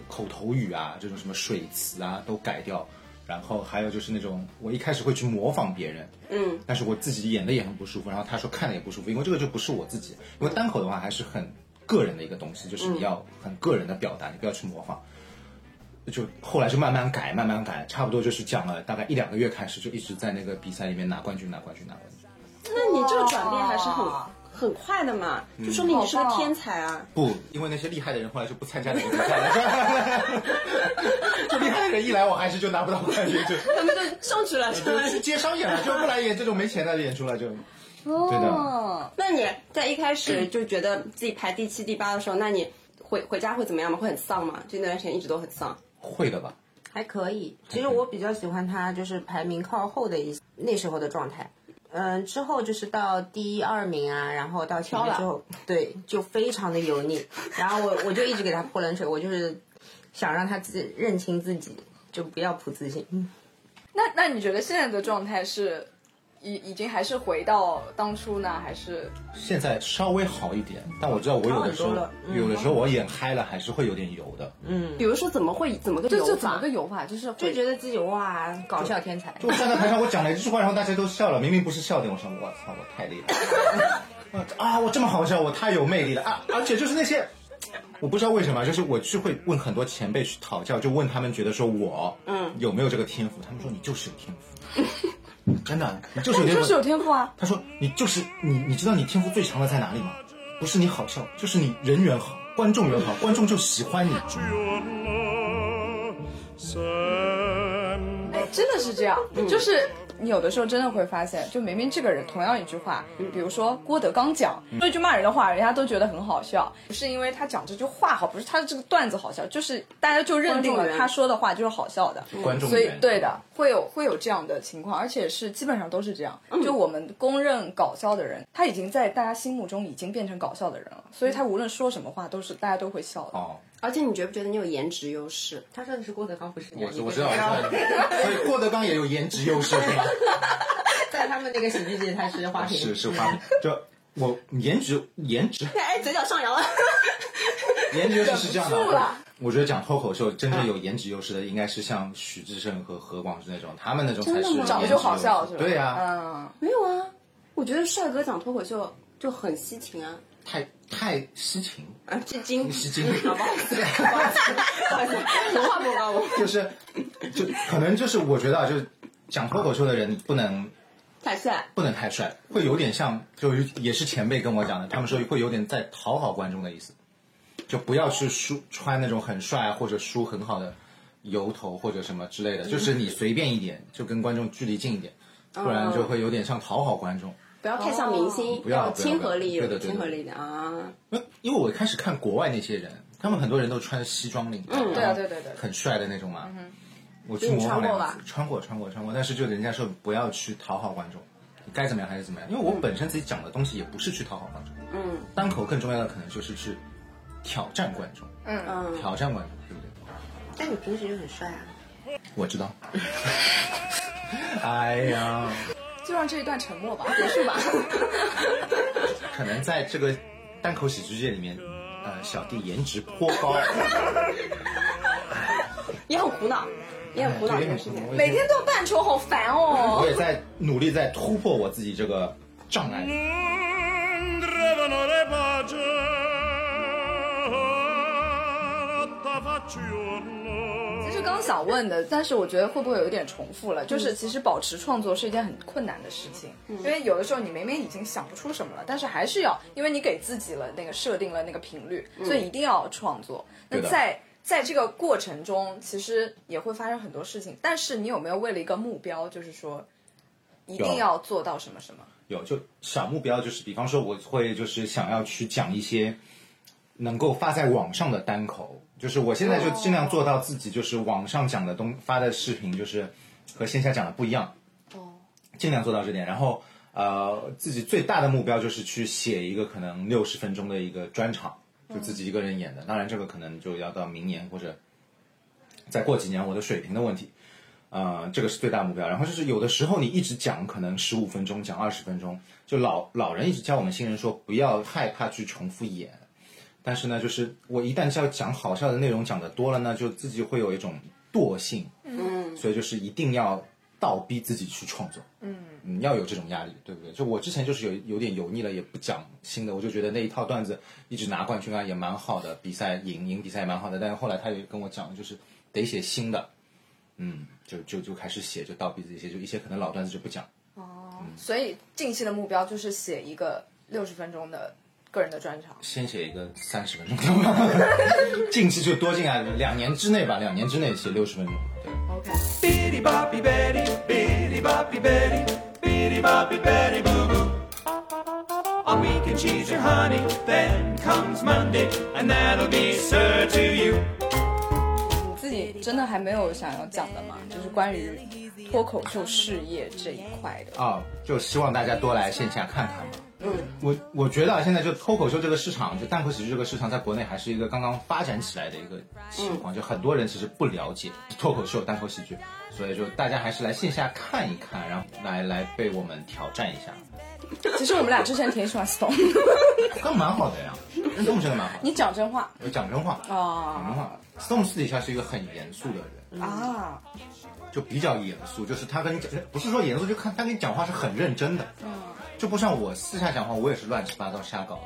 S6: 口头语啊，这种什么水词啊，都改掉。然后还有就是那种，我一开始会去模仿别人，嗯，但是我自己演的也很不舒服，然后他说看的也不舒服，因为这个就不是我自己，因为单口的话还是很个人的一个东西，就是你要很个人的表达，你不要去模仿。就后来就慢慢改，慢慢改，差不多就是讲了大概一两个月，开始就一直在那个比赛里面拿冠军，拿冠军，拿冠军。
S4: 那你这个转变还是很很快的嘛，就说明你是个天才啊。
S6: 不，因为那些厉害的人后来就不参加那个比赛 了，就厉害的人一来，我还是就拿不到冠军，就
S4: 他们就 上去了，
S6: 就去接商演了，就不来演这种没钱的演出了，就。对的，
S2: 嗯，
S4: 那你在一开始就觉得自己排第七、第八的时候，那你回回家会怎么样吗？会很丧吗？就那段时间一直都很丧。
S6: 会的吧？
S3: 还可以。其实我比较喜欢他，就是排名靠后的一那时候的状态。嗯，之后就是到第二名啊，然后到前面之后，对，就非常的油腻。然后我我就一直给他泼冷水，我就是想让他自认清自己，就不要普自信。
S2: 那那你觉得现在的状态是，已已经还是回到当初呢，还是
S6: 现在稍微好一点，但我知道我有的时
S3: 好
S2: 哦
S6: 候
S3: 很多了，嗯
S6: 有的时候我演嗨了还是会有点油的。
S4: 比如说怎么会怎么个
S2: 这这
S4: 游
S2: 怎么
S4: 法
S2: 个？游法？就是会
S3: 就觉得自己哇，搞笑天才。
S6: 就我站在台上，我讲了一句话，然后大家都笑了，明明不是笑点，我说我操，我太厉害了， 啊，我这么好笑，我太有魅力了啊！而且就是那些，我不知道为什么，就是我去会问很多前辈去讨教，就问他们觉得说我嗯有没有这个天赋，他们说你就是有天赋， 真的，你就是有天赋，
S2: 就是有天赋啊，
S6: 他说：“你就是你，你知道你天赋最强的在哪里吗？不是你好笑，就是你人缘好，观众缘好，观众就喜欢你。
S2: 哎真的是这样，
S6: 嗯
S2: 就是。你有的时候真的会发现，就明明这个人同样一句话，
S6: 嗯
S2: 比如说郭德纲讲说一句骂人的话，人家都觉得很好笑，不是因为他讲这句话好，不是他这个段子好笑，就是大家就认定
S4: 观众
S2: 了
S4: 缘
S2: 他说的话就是好笑的。
S6: 观众
S2: 所以
S6: 缘
S2: 对的，会有会有这样的情况，而且是基本上都是这样。
S6: 嗯
S2: 就我们公认搞笑的人，他已经在大家心目中已经变成搞笑的人了，所以他无论说什么话都是大家都会笑的。
S6: 嗯哦，
S4: 而且你觉不觉得你有颜值优势？
S3: 他说的是郭德纲，不是你
S6: 我
S3: 你
S6: 我
S3: 不
S6: 知道，我知道。 所以郭德纲也有颜值优势，是吧？
S3: 在他们那个喜剧界他是花瓶。
S6: 是是花瓶。就我颜值 颜值
S4: 哎，嘴角上扬了。
S3: 啊
S6: 颜值优势是这样的
S2: 忍不住了
S6: 啊。我觉得讲脱口秀真正有颜值优势的，应该是像许志胜和何广智那种，他们那种才是颜值优势
S2: 长得就好笑是吧？
S6: 对呀，
S2: 嗯。
S4: 没有啊，我觉得帅哥讲脱口秀就很稀情啊
S6: 太太吸睛，
S4: 啊，至今
S6: 吸睛， 好不好？
S4: 文化不高我，
S6: 就是，就可能就是我觉得啊，就是讲脱口秀的人不能
S4: 太帅。
S6: 不能太帅，会有点像，就是也是前辈跟我讲的，他们说会有点在讨好观众的意思，就不要去梳穿那种很帅或者梳很好的油头或者什么之类的，就是你随便一点，就跟观众距离近一点，不然就会有点像讨好观众。
S4: 不要太像明星，
S6: 不要不要
S4: 亲和力，
S6: 不
S4: 有
S6: 要对的对的
S4: 亲和力的啊。
S6: 因为因为我开始看国外那些人，他们很多人都穿西装领带，
S2: 对啊对对对
S6: 很帅的那种嘛。我去
S4: 你
S6: 模仿
S4: 穿过
S6: 两
S4: 吧
S6: 次，穿过穿过穿过，但是就人家说不要去讨好观众，你该怎么样还是怎么样，因为我本身自己讲的东西也不是去讨好观众，嗯，单口更重要的可能就是去挑战观众，嗯，挑战观众，对不对？
S3: 但你平时就很帅啊。
S6: 我知道。 哎呀，
S2: 就让这一段沉默吧，结束吧。
S6: 可能在这个单口喜剧界里面，呃，小弟颜值颇高。
S4: 也很苦恼，也很苦恼
S6: 哎对
S4: 这个
S6: 嗯也很苦
S4: 事情。
S6: 恼我也
S2: 每天都要扮丑，好烦哦。
S6: 我也在努力在突破我自己这个障碍。
S7: Non drevano le pace Notta faccione
S2: 这是刚想问的，但是我觉得会不会有一点重复了？就是其实保持创作是一件很困难的事情，因为有的时候你明明已经想不出什么了，但是还是要，因为你给自己了那个设定了那个频率，所以一定要创作。那
S6: 对的
S2: 在在这个过程中，其实也会发生很多事情，但是你有没有为了一个目标，就是说一定
S6: 有
S2: 要做到什么什么？
S6: 有就小目标，就是比方说我会就是想要去讲一些能够发在网上的单口，就是我现在就尽量做到自己就是网上讲的东发的视频就是和线下讲的不一样，尽量做到这点。然后呃，自己最大的目标就是去写一个可能六十分钟的一个专场，就自己一个人演的。当然这个可能就要到明年或者再过几年我的水平的问题。呃，这个是最大目标。然后就是有的时候你一直讲，可能十五分钟讲二十分钟，就老老人一直教我们新人说不要害怕去重复演。但是呢，就是我一旦要讲好笑的内容讲的多了呢，就自己会有一种惰性，嗯，所以就是一定要倒逼自己去创作，嗯，你要有这种压力，对不对？就我之前就是有有点油腻了，也不讲新的，我就觉得那一套段子一直拿冠军啊也蛮好的，比赛赢赢比赛也蛮好的，但是后来他也跟我讲，就是得写新的，嗯，就就就开始写，就倒逼自己写，就一些可能老段子就不讲。
S2: 所以近期的目标就是写一个六十分钟的个人的专场。
S6: 先写一个三十分钟， 近期就多进来两年之内吧，两年之内写六十分钟。对，
S2: OK。
S7: Bitty boppy betty Bitty boppy betty Bitty boppy betty boo boo A week of cheese or honey Then comes Monday And that'll be sir to you
S2: 你自己真的还没有想要讲的吗？就是关于脱口秀事业这一块的。
S6: 啊、就希望大家多来线下看看吧。嗯，我我觉得啊，现在就脱口秀这个市场，就单口喜剧这个市场，在国内还是一个刚刚发展起来的一个情况，就很多人其实不了解脱口秀、单口喜剧，所以就大家还是来线下看一看，然后来来被我们挑战一下，
S2: 其实我们俩之前挺喜欢 Stone，
S6: 刚蛮好的呀，跟我们真的蛮好的。
S2: 你讲真话
S6: 我讲真话，讲真
S2: 啊
S6: 话，Stone 私底下是一个很严肃的人，
S2: 啊！
S6: 就比较严肃，就是他跟你讲，不是说严肃，就看他跟你讲话是很认真的，
S2: 嗯
S6: 就不像我私下讲话，我也是乱七八糟瞎搞的，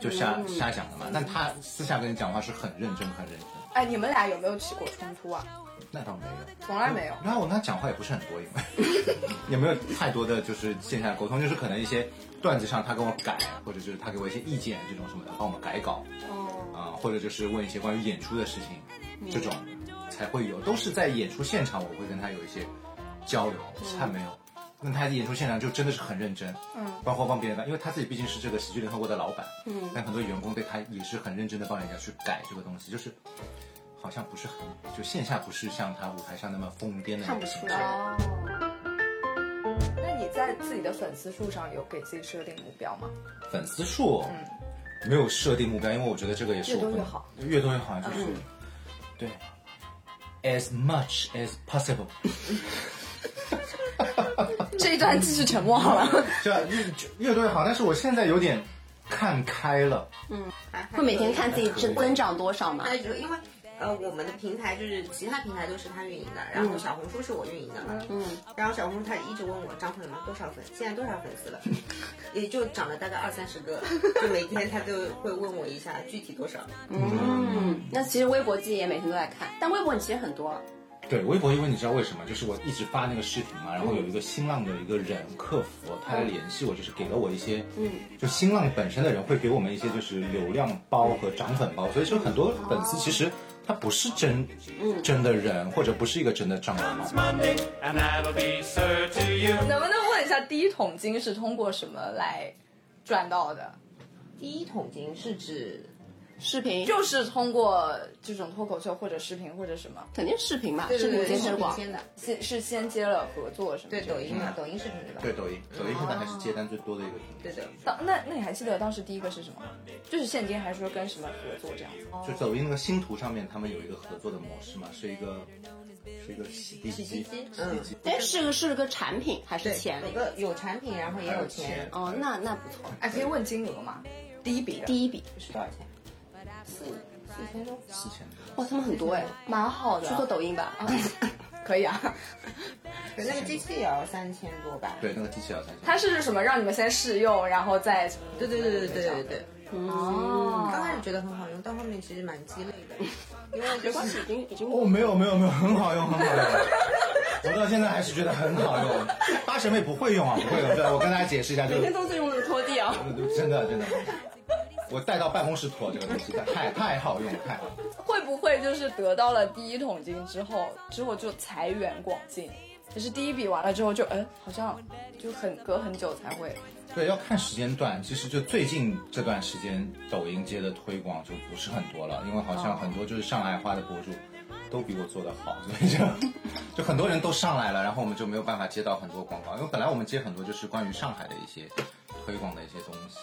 S6: 就瞎、瞎讲的嘛。但他私下跟你讲话是很认真，很认真，
S2: 哎，你们俩有没有起过冲突啊？
S6: 那倒没有，
S2: 从来没有。
S6: 然后我跟他讲话也不是很多，因为 也没有太多的就是线下的沟通，就是可能一些段子上他跟我改，或者就是他给我一些意见这种什么的，帮我们改稿，
S2: 哦
S6: 啊、或者就是问一些关于演出的事情，这种才会有，都是在演出现场我会跟他有一些交流，他没有。
S2: 嗯
S6: 跟他演出现场就真的是很认真，嗯，包括帮别人改，因为他自己毕竟是这个喜剧联合国的老板，嗯，但很多员工对他也是很认真的帮人家去改这个东西，就是好像不是很，就线下不是像他舞台上那么疯癫的，
S4: 看不出来
S2: 哦。那你在自己的粉丝数上有给自己设定目标吗？
S6: 粉丝数没有设定目标，因为我觉得这个也是我
S2: 越多
S6: 不
S2: 越
S6: 能
S2: 好，
S6: 越多越好，就是、对，as much as possible，
S2: 这一段继续沉默好了。
S6: 对啊，越就越多越好。但是我现在有点看开了，
S3: 哎
S4: 会每天看自己增增长多少吗？
S3: 那就因为呃，我们的平台就是其他平台都是他运营的，然后小红书是我运营的嘛，嗯，然后小红书他一直问我张朋友们多少粉，现在多少粉丝了，也就涨了大概二三十 个，就每天他都会问我一下具体多少，
S4: 嗯，那其实微博自己也每天都在看，但微博你其实很多，
S6: 对，微博因为你知道为什么？就是我一直发那个视频嘛，然后有一个新浪的一个人客服，他来联系我，就是给了我一些，嗯，就新浪本身的人会给我们一些就是流量包和涨粉包，所以说很多粉丝其实他不是真，真的人或者不是一个真的账号。
S7: It's Monday And that'll be sir to you
S2: 能不能问一下，第一桶金是通过什么来赚到的？
S3: 第一桶金是指
S4: 视频
S2: 就是通过这种脱口秀或者视频或者什么，
S4: 肯定视频吧，
S3: 对
S4: 视
S3: 对
S4: 频
S3: 对，
S4: 坚持
S3: 是
S4: 广。
S3: 先的，
S2: 是是先接了合作什么？
S3: 对抖音嘛，抖音视频对吧？
S6: 对，抖音，抖音是大概是接单最多的一个平
S3: 对的。
S2: 当那那你还记得当时第一个是什么吗？就是现金，还是说跟什么合作这样子？
S6: 台。就抖音那个星图上面，他们有一个合作的模式嘛，是一个是一个洗地机，
S3: 洗地机
S6: 洗地机。
S4: 但哎是个是个产品还是
S3: 嗯对，
S4: 钱？
S3: 有个有产品，然后也
S6: 还
S3: 有
S6: 有
S3: 钱
S6: 钱，
S4: 哦，那那不错。
S2: 哎，可以问金额吗？第一笔的，
S4: 第一笔
S3: 是多少钱？四
S6: 四千多，四千多。
S4: 哇，他们很多哎，
S2: 蛮好的
S4: 去做抖音吧。
S2: 可以啊。
S3: 那个机器也要三千多吧？
S6: 对，那个机器要三千。
S2: 它是什么让你们先试用，然后再什么？
S3: 对对对对对对对。
S2: 哦
S3: 刚开始觉得很好用，到后面其实蛮鸡肋的，因为就
S4: 没关
S3: 是
S4: 系，已经已经
S6: 哦，没有没有没有，很好用，很好用。我到现在还是觉得很好用，八神妹不会用啊，不会用。对，我跟大家解释一下，这
S4: 每
S6: 个
S4: 天都在用那个拖地啊。
S6: 真的真的，我带到办公室拖这个东西，太太好用了，太好用了。
S2: 会不会就是得到了第一桶金之后，之后就财源广进？就是第一笔完了之后就，嗯，好像就很隔很久才会。
S6: 对，要看时间段。其实就最近这段时间，抖音界的推广就不是很多了，因为好像很多就是上海话的博主都比我做的好，所以就就很多人都上来了，然后我们就没有办法接到很多广告，因为本来我们接很多就是关于上海的一些推广的一些东西。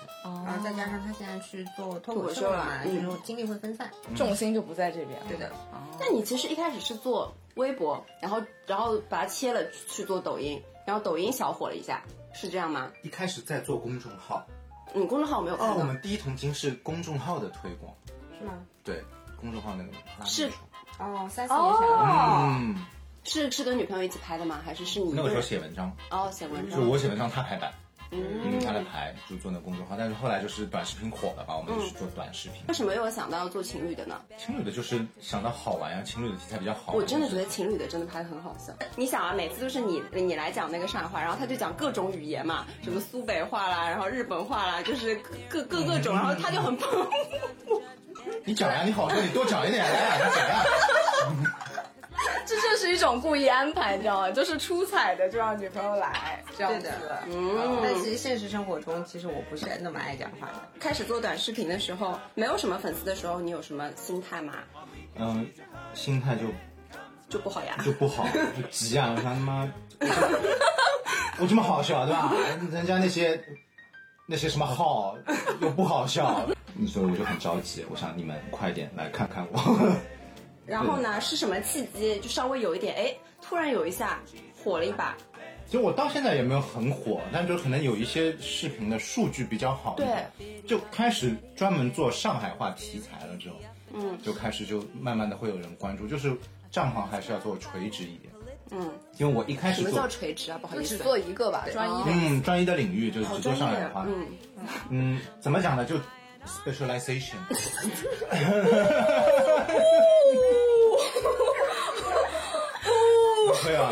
S3: 然后再加上他现在去做哦脱口
S4: 脱口
S3: 秀
S4: 秀
S3: 了
S4: 了
S3: 嘛，就
S4: 嗯
S3: 是精力会分散。
S2: 重心就不在这边。
S3: 嗯
S2: 哦
S3: 对的，
S4: 那你其实一开始是做微博，然后然后把它切了去做抖音，然后抖音小火了一下，是这样吗？
S6: 一开始在做公众号，
S4: 你公众号我没有
S6: 哦
S4: 看，
S6: 我
S4: 到，
S6: 们第一桶金是公众号的推广，
S3: 是吗？
S6: 对，公众号那个拉
S4: 是
S6: 面
S3: 哦，三四年前了。
S2: 哦，
S6: 嗯，
S4: 是是跟女朋友一起拍的吗？还是是你
S6: 那个时候写文章，
S4: 哦写文
S6: 就是
S4: 章？
S6: 我写文章，他排版。嗯，他
S4: 嗯，
S6: 来排就做那公众号，但是后来就是短视频火了吧，我们就去做短视频。
S4: 为什么又想到要做情侣的呢？
S6: 情侣的就是想到好玩呀、情侣的题材比较好玩。
S4: 我真的觉得情侣的真的拍的很好笑。你想啊，每次就是你你来讲那个上海话，然后他就讲各种语言嘛，什么苏北话啦，然后日本话啦，就是各
S6: 嗯
S4: 各各种，然后他就很 棒。
S6: 你讲呀，你好说，你多讲一点来呀，你讲 呀。
S2: 这正是一种故意安排，你知道吗？就是出彩的就让女朋友来，这样
S3: 对
S2: 子。
S3: 的，但
S4: 嗯，
S3: 其实现实生活中，其实我不是那么爱讲话的。
S4: 开始做短视频的时候，没有什么粉丝的时候，你有什么心态吗？
S6: 嗯，心态就
S4: 就不好呀。
S6: 就不好，就急啊！我想他妈，我这么好笑对吧？人家那些那些什么号又不好笑，所以我就很着急，我想你们快点来看看我。
S4: 然后呢，是什么契机？就稍微有一点，哎，突然有一下火了一把。
S6: 其实我到现在也没有很火，但就可能有一些视频的数据比较好，
S4: 对，
S6: 就开始专门做上海话题材了之后，嗯，就开始就慢慢的会有人关注，就是账号还是要做垂直一点，
S4: 嗯，
S6: 因为我一开
S4: 什
S6: 始
S4: 么叫
S6: 做。
S4: 垂直啊？不好
S2: 就
S4: 意
S2: 只
S4: 思，
S2: 做一个吧，专一的。
S6: 嗯，专一的领域就是只做上海话。
S4: 嗯，
S6: 嗯，怎么讲呢？就 specialization。对啊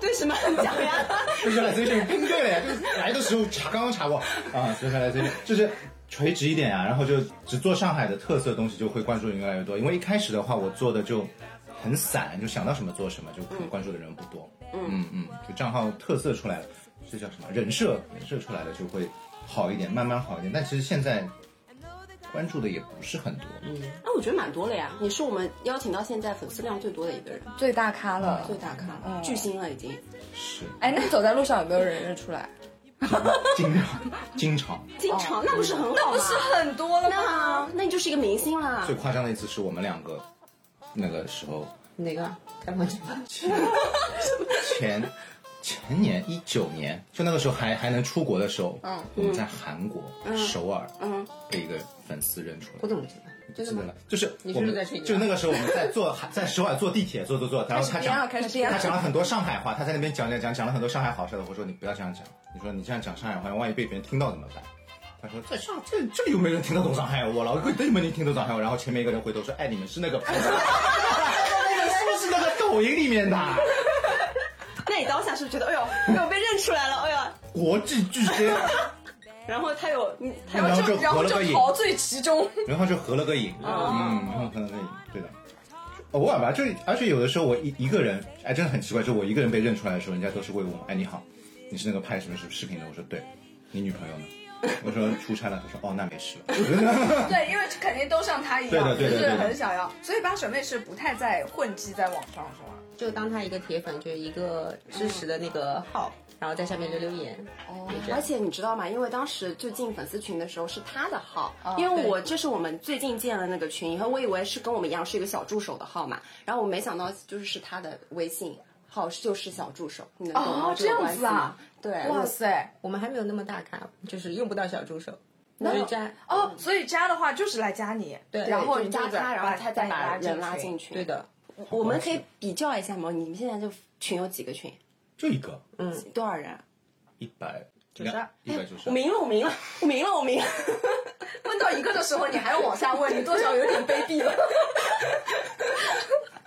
S4: 对什么讲呀？
S6: ，specialization 拼对了呀， 就是来的时候查刚刚查过啊，specialization 就是。垂直一点啊，然后就只做上海的特色东西，就会关注人越来越多。因为一开始的话，我做的就很散，就想到什么做什么，就可能关注的人不多。嗯嗯，就账号特色出来了，这叫什么人设？人设出来了就会好一点，慢慢好一点。但其实现在关注的也不是很多，
S4: 那哎我觉得蛮多了呀。你是我们邀请到现在粉丝量最多的一个人，
S2: 最大咖了
S4: 最。大咖，
S2: 嗯
S4: 巨星了已经。
S6: 是
S2: 哎，那你走在路上有没有人认出 来？
S6: 经常经常。
S4: 经常哦那不是啊很好吗？
S2: 很多了
S4: 那那你就是一个明星
S3: 啊
S4: 啦
S6: 最。夸张的一次是我们两个那个时候
S3: 哪个？开房间吧。
S6: 前前前年一九年，就那个时候还还能出国的时候，嗯，我们在韩国、首尔，嗯，被一个粉丝认出来
S3: 我。怎么知道？真的
S6: 真的
S3: 吗
S6: 了？，就是
S3: 你是
S6: 我
S3: 不是
S6: 们
S3: 在啊吹牛
S6: 就那个时候我们在坐 在首尔坐地铁坐坐坐，然后
S3: 哎
S6: 他讲
S2: 开始编了
S6: 他讲了很多上海话，他在那边讲讲讲讲了很多上海好笑的，我说你不要这样讲，你说你这样讲上海话，万一被别人听到怎么办？他说在上这这里有没有人听得懂上海话？我老哥根本没听得懂上海话。然后前面一个人回头说，哎，你们是那 个，那个是不是那个抖音里面的啊
S4: 那你当下是不是觉得，哎呦， 哎呦被认出来了，哎呀，
S6: 国际巨星？
S4: 然后他有你，他
S6: 然后就
S2: 然后
S6: 合了个
S2: 就
S6: 影，
S2: 陶醉其中。
S6: 然后就合了个影，
S2: 哦
S6: 嗯，然后合了个影，对的。偶尔吧，就而且有的时候我一一个人，哎，真的很奇怪，就我一个人被认出来的时候，人家都是会问我，哎，你好，你是那个拍什么视视频的？我说对，你女朋友呢？我说出差了，他说哦，那没事了。
S2: 对，因为肯定都像他一
S6: 对
S2: 样，
S6: 的对的
S2: 就是
S6: 对的
S2: 很想要。所以八水妹是不太在混迹在网上，是吗？
S3: 就当他一个铁粉，就一个支持的那个号，然后在下面留留言。
S4: 哦而且你知道吗？因为当时就进粉丝群的时候是他的号，
S2: 哦
S4: 因为我这是我们最近建了那个群以后，我以为是跟我们一样是一个小助手的号嘛，然后我没想到就是是他的微信号就是小助手，你能懂吗？
S2: 哦
S4: 这个关系
S2: 这样子啊
S4: 吗，对，
S2: 哇塞，
S3: 我们还没有那么大咖，就是用不到小助手。那就加
S2: 哦，所以加的话就是来加你，
S3: 对
S2: 然后
S4: 就
S2: 你
S4: 加
S2: 就
S4: 他，然后他再
S2: 把
S4: 把
S2: 你
S4: 人拉进
S2: 进群。
S4: 群。
S3: 对，的，
S4: 我们可以比较一下嘛，你们现在就群有几个群，
S6: 就一个，嗯，
S4: 多少人？
S6: 一百
S2: 九十二哎
S6: 一百九十
S4: 我
S6: 二。
S4: 明了，我明了，我明了，我明了。
S2: 问到一个的时候，你还要往下问，你多少有点卑鄙了。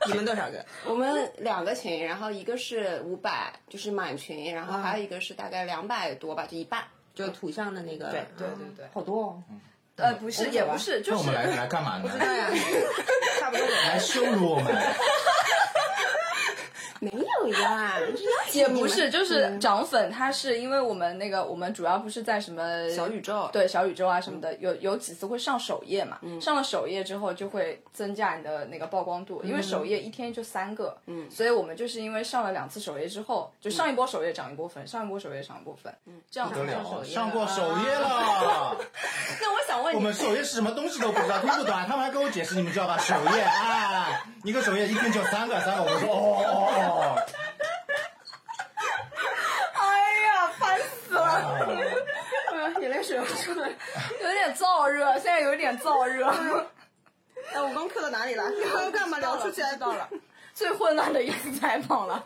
S3: 你们多少个？
S4: 我们两个群，然后一个是五百，就是满群，然后还有一个是大概两百多吧，就一半。
S3: 就土象的那个，
S4: 对
S2: 对对对，
S3: 好多哦，
S2: 呃，不是，也不是，就
S6: 那我
S2: 是
S6: 们来来干嘛呢？
S3: 对呀，差不多吧。
S6: 来羞 辱我们？
S4: 没有呀，
S2: 也不是，就是涨粉，它是因为我们那个，我们主要不是在什么
S4: 小宇宙
S2: 对小宇宙啊什么的，有有几次会上首页嘛，上了首页之后就会增加你的那个曝光度，因为首页一天就三个，嗯，所以我们就是因为上了两次首页之后，就上一波首页涨一波粉，上一波首页涨一波粉，这样
S6: 不
S2: 子
S6: 得
S2: 上首
S6: 了，啊
S2: 页
S6: 上过首页了。
S4: 那我想问
S6: 我
S4: 你
S6: 们，首页是什么东西都不知道，听不懂，啊他们还跟我解释，你们知道吧？首页啊，一个首页一天就三个，三个，我说哦哦哦。
S2: 哎呀，烦死了，
S6: 哦
S4: 眼泪水要出来。
S2: 有点燥热，现在有点燥热，
S3: 哎，我刚 Q 到哪里了？刚 干嘛聊出去啊来到了？
S2: 最混乱的一次采访了。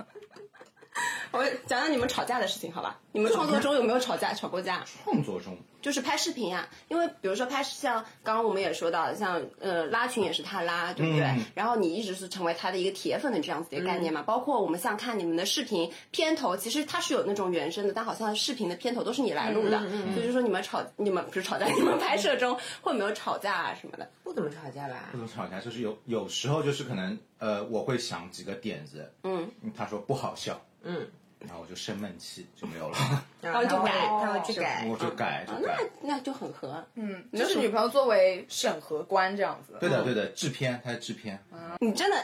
S4: 我讲讲你们吵架的事情，好吧？你们创作中有没有吵架、吵过架？
S6: 创作中，
S4: 就是拍视频啊，因为比如说拍像刚刚我们也说到，像呃拉群也是他拉，对不对？
S6: 嗯
S4: 然后你一直是成为他的一个铁粉的这样子的一个概
S3: 嗯
S4: 念嘛。包括我们像看你们的视频片头，其实它是有那种原声的，但好像视频的片头都是你来录
S3: 嗯
S4: 的。所以就说你们吵，你们不是吵架， 你们拍摄中会有没有吵架啊什么的？
S3: 不怎么吵架啦
S6: 不，能吵架，就是有有时候就是可能呃，我会想几个点子，嗯，他说不好笑，
S3: 嗯，
S6: 然后我就生闷气就没有了，
S3: 然后
S4: 就
S3: 他会
S4: 改
S3: 他会去改，
S6: 我就改就
S4: 啊，
S6: 改。
S4: 那那就很合。
S2: 嗯，哦就是女朋友作为审核官这样子。
S6: 对的对的，制片他是制片，
S4: 你真 的，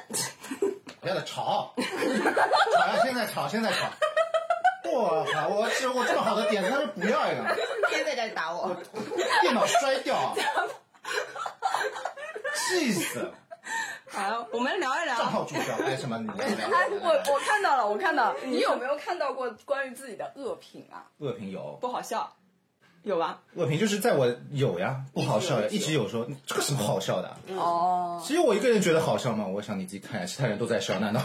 S6: 不要再吵，吵呀！现在吵，现在吵。我靠！我这我这么好的点子，他说不要一个，
S3: 天天在这打我。
S6: 电脑摔掉，啊气死！
S4: 好，我们聊一
S6: 账
S4: 聊。
S6: 号注销还是什么？你们
S2: 哎，我我看到了，我看到了。你有没有看到过关于自己的恶评啊？
S6: 恶评有，
S4: 不好笑，有吧？
S6: 恶评就是在我有呀，不好笑呀，一直有说你这个什么好笑的啊？
S2: 哦，
S6: 只有我一个人觉得好笑吗？我想你自己看呀，其他人都在笑，难道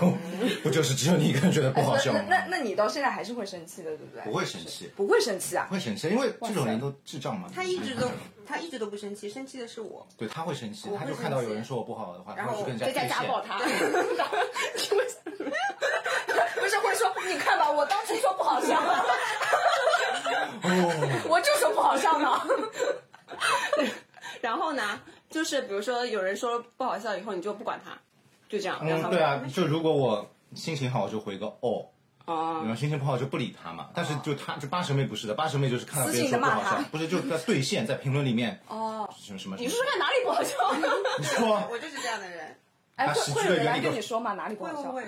S6: 不就是只有你一个人觉得不好笑
S2: 哎那
S6: 吗？
S2: 那那你到现在还是会生气的，对不对？
S6: 不会生气，
S2: 不会生气啊
S6: 不！会生气，因为这种人都智障嘛。
S3: 他一直都他一直都不生气，生气的是我。
S6: 对他会生气，
S3: 我会
S6: 他就看到有人说我不好的话，他
S3: 然后
S6: 会去跟人家
S4: 在家
S6: 道
S4: 家
S6: 歉。
S4: 暴他。
S2: 不是会说，你看吧，我当初说不好笑 啊， 我就说不好笑呢。
S4: 然后呢，就是比如说有人说不好笑以后，你就不管他，就这样。然
S6: 嗯，
S4: 后
S6: 对啊，就如果我心情好，我就回个哦。
S4: 哦，
S6: 然后心情不好就不理他嘛，但是就他就八神妹不是的，八神妹就是看到别人说不好
S2: 私信地
S6: 笑
S2: 骂，
S6: 不是就在兑现在评论里面
S2: 哦，
S6: 什么什么什
S4: 你
S6: 么
S4: 说，说看哪里不 好笑？
S6: 你说
S3: 我就是这样的人。
S2: 哎，
S6: 啊
S2: 会
S6: 喜剧
S2: 会
S6: 的
S2: 有人
S6: 原
S2: 来
S6: 理都
S2: 跟你说吗？哪里不
S3: 会
S2: 好
S3: 会
S2: 笑？
S3: 会，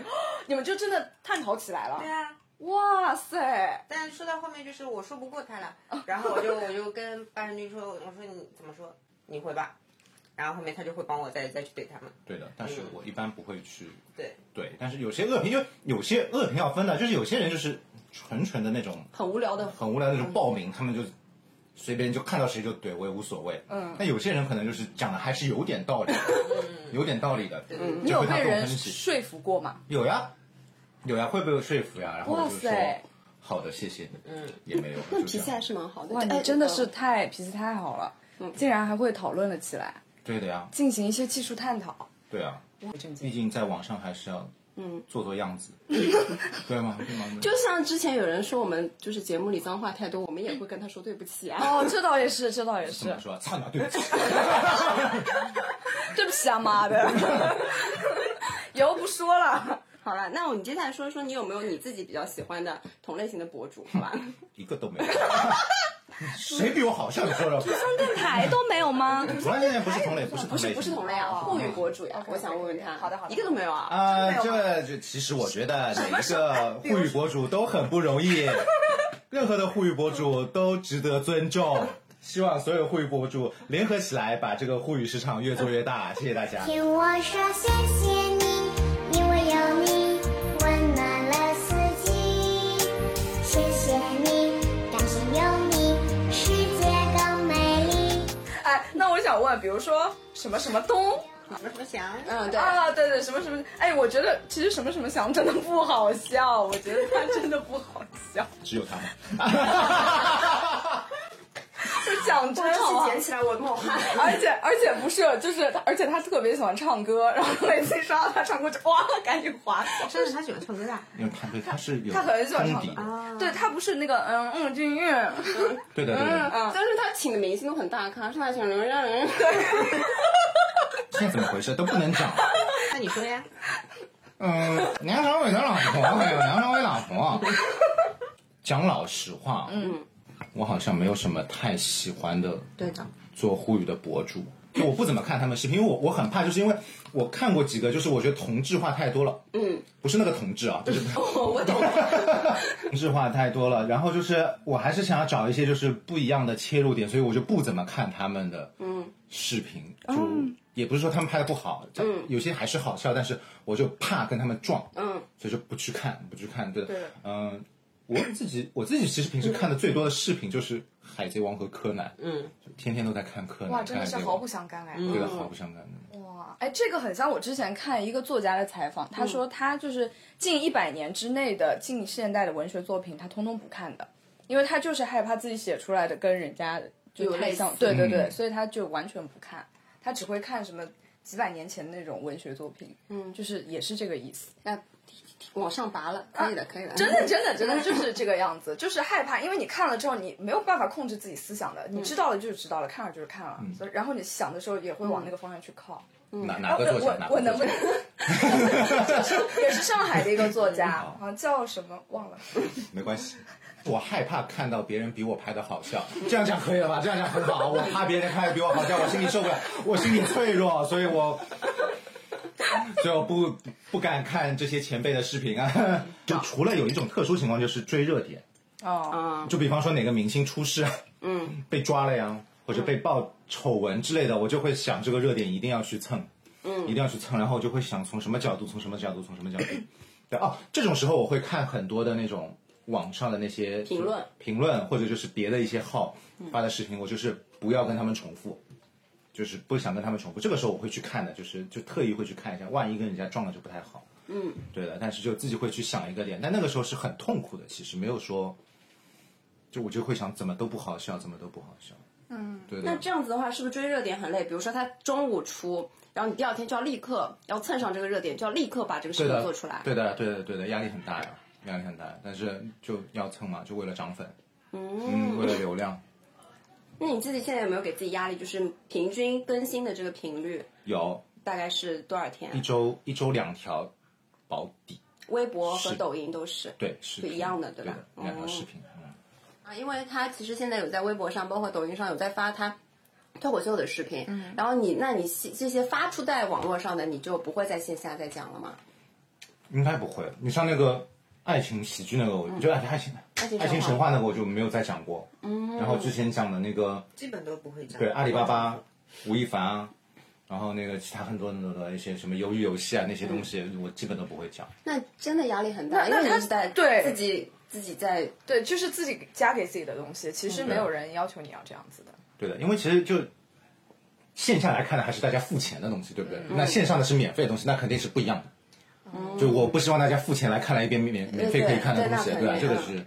S2: 你们就真的探讨起来了
S3: 对。啊。
S2: 哇塞，
S3: 但是说到后面就是我说不过他了，
S4: 哦
S3: 然后我就我就跟八神君说，我说你怎么说？你会吧？然后后面他就会帮我再再去怼他们。
S6: 对的，但是我一般不会去
S3: 对，
S6: 对，但是有些恶评，因为有些恶评要分的，就是有些人就是纯纯的那种
S4: 很无聊的，
S6: 很无聊的那种暴民，他们就随便就看到谁就怼，我也无所谓。嗯，但有些人可能就是讲的还是有点道理， 有点道理的，嗯
S2: 你有被人
S6: 起。
S2: 说服过吗？
S6: 有呀，有呀，会被我说服呀，然后我
S2: 哇
S6: 就说
S2: 塞
S6: 好的，谢谢，嗯，也没有，
S4: 那
S6: 就
S4: 脾
S6: 这
S4: 气
S6: 样
S4: 还是蛮好的。
S2: 哇，
S4: 哎
S2: 你真的是太脾气太好了，竟然还会讨论了起来，
S6: 对的呀，
S2: 进行一些技术探讨。
S6: 对啊，
S2: 我震惊
S6: 毕竟在网上还是要嗯做做样子，对吗？对吗？
S4: 就像之前有人说我们就是节目里脏话太多，我们也会跟他说对不起啊。
S2: 哦，这倒也是，这倒也
S6: 怎
S2: 是
S6: 么，说？操你妈！对不起，
S2: 对不起啊，妈的， 以后不说了。
S4: 好了，那我们接下来说说你有没有你自己比较喜欢的同类型的博主，好 吧？
S6: 一个都没有。谁比我好笑？你说说。
S2: 电台都没有 吗？
S6: 突然之间不是同类，不是
S4: 不
S6: 同
S4: 是
S6: 类，
S4: 不是同类啊，沪语博主呀，
S2: OK，OK，
S4: 我想问问他，
S2: 哦好的好的
S4: 一个都没有啊。
S6: 啊，这这其实我觉得每一个沪语博主都很不容 易，任何的沪语博主都值得 尊重。希望所有沪语博主联合起来，把这个沪语市场越做越大。谢谢大家。
S8: 听我说，谢谢你，因为有你温暖了四季。谢谢你，感谢有你，世界更美丽。
S2: 哎想问，比如说什么什么东
S3: 什么什么祥？
S4: 嗯，对，
S2: 啊，对对，什么什么，哎，我觉得其实什么什么祥真的不好笑，我觉得他真的不好笑，
S6: 只有 他吗？
S2: 就讲真
S4: 是
S2: 好
S4: 捡起来我冒汗。
S2: 而且而且不是，就是而且他特别喜欢唱歌，然后每次一刷到他唱歌就哇，赶紧划
S4: 哦
S2: 走。
S3: 真的他喜欢唱歌的啊，
S6: 因为他对他是有
S2: 他很喜欢
S6: 功
S2: 唱
S6: 底
S2: 歌
S6: 的，
S2: 对他不是那个嗯嗯君玉，
S6: 对的对的。
S2: 嗯
S4: 但是他请的明星都很大咖，上海请刘让 人。
S6: 现在怎么回事都不能讲。
S3: 那你说呀？
S6: 嗯，梁朝伟的老婆，哎呦，梁朝伟老 婆。啊讲老实话，嗯，我好像没有什么太喜欢的
S3: 对的，
S6: 做沪语的博主，就我不怎么看他们视频，因为我我很怕，就是因为我看过几个，就是我觉得同质化太多了，嗯，不是那个同志啊，就是
S4: 我懂。
S6: 同质化太多了，然后就是我还是想要找一些就是不一样的切入点，所以我就不怎么看他们的嗯视频，就也不是说他们拍的不好，嗯，有些还是好笑，但是我就怕跟他们撞，嗯，所以就不去看，不去看，对的，嗯、我自己我自己其实平时看的最多的视频就是《海贼王》和《柯南》，嗯，天天都在看柯南，
S2: 哇，真的是
S6: 看海贼嗯
S2: 毫
S6: 王
S2: 不相干哎。
S6: 对的，毫不相干的。
S2: 哇，哎，这个很像我之前看一个作家的采访，
S6: 嗯
S2: 他说他就是近一百年之内的近现代的文学作品，他通通不看的，因为他就是害怕自己写出来的跟人家就
S4: 有
S2: 太
S4: 类
S2: 像，
S4: 似
S2: 对对对，
S6: 嗯
S2: 所以他就完全不看，他只会看什么几百年前的那种文学作品，嗯，就是也是这个意思。
S4: 那往上拔了，可以的，啊可以的。
S2: 真的，真的，真的就是这个样子，就是害怕，因为你看了之后，你没有办法控制自己思想的，你知道了就是知道了，看了就是看了，
S6: 嗯
S2: 所以然后你想的时候也会往那个方向去靠。
S6: 哪哪个
S2: 我
S6: 作家？哪
S2: 我我
S6: 个
S2: 能不
S6: 作
S2: 能
S6: 家？
S2: 就是 也是上海的一个作家， 好像叫什么忘了。
S6: 没关系。我害怕看到别人比我拍的好笑，这样讲可以了吧？这样讲很好。我怕别人拍的比我好笑，我心里受不了，我心里脆弱，所以我，所以我不不敢看这些前辈的视频啊。 就除了有一种特殊情况，就是追热点，
S2: 哦，
S6: 就比方说哪个明星出事，嗯，被抓了呀，或者被爆丑闻之类的，我就会想这个热点一定要去蹭，嗯，一定要去蹭，然后我就会想从什么角度，从什么角度，从什么角度。对哦，这种时候我会看很多的那种网上的那些
S4: 评论、
S6: 评论，嗯或者就是别的一些号发的视频，我就是不要跟他们重复。就是不想跟他们重复，这个时候我会去看的，就是就特意会去看一下，万一跟人家撞了就不太好。嗯，对的，但是就自己会去想一个点，但那个时候是很痛苦的，其实没有说，就我就会想怎么都不好笑，怎么都不好笑。嗯，对
S4: 那
S6: 的。
S4: 这样子的话，是不是追热点很累？比如说他中午出，然后你第二天就要立刻要蹭上这个热点，就要立刻把这个视
S6: 对
S4: 频
S6: 的，
S4: 做出来。
S6: 对的，对的，对的，压力很大呀，压力很大。但是就要蹭嘛，就为了涨粉，
S4: 哦
S6: 嗯，为了流量。
S4: 那你自己现在有没有给自己压力？就是平均更新的这个频率
S6: 有
S4: 大概是多少
S6: 一
S4: 天？
S6: 周一周两条保底，
S4: 微博和
S6: 是
S4: 抖音都是。
S6: 对，是
S4: 就一样的对
S6: 对
S4: 吧
S6: 的两条
S4: 哦
S6: 视频，嗯，
S4: 啊，因为他其实现在有在微博上，包括抖音上有在发他脱口秀的视频。然后你，那你这这些发出在网络上的，你就不会在线下再讲了吗？
S6: 应该不会。你像那个爱情喜剧那个，我就爱爱情
S4: 嗯情
S6: 爱情
S4: 神
S6: 神话那个，我就没有再讲过。嗯，然后之前讲的那个
S3: 基本都不会这样。
S6: 对阿里巴巴、吴亦凡啊，然后那个其他很多很多的一些什么鱿鱼游戏啊那些东西，我基本都不会讲。
S4: 那真的压力很大，因
S2: 那
S4: 为
S2: 他
S4: 你是在
S2: 对
S4: 自己自己在
S2: 对，就是自己加给自己的东西，其实没有人要求你要这样子的。
S6: 对的，因为其实就线下来看的还是大家付钱的东西，对不对？那线上的是免费的东西，那肯定是不一样的。就我不希望大家付钱来看了一遍免免免费可以看的东西，
S4: 对
S6: 对吧？
S4: 那肯定
S6: 这个
S4: 的
S6: 是，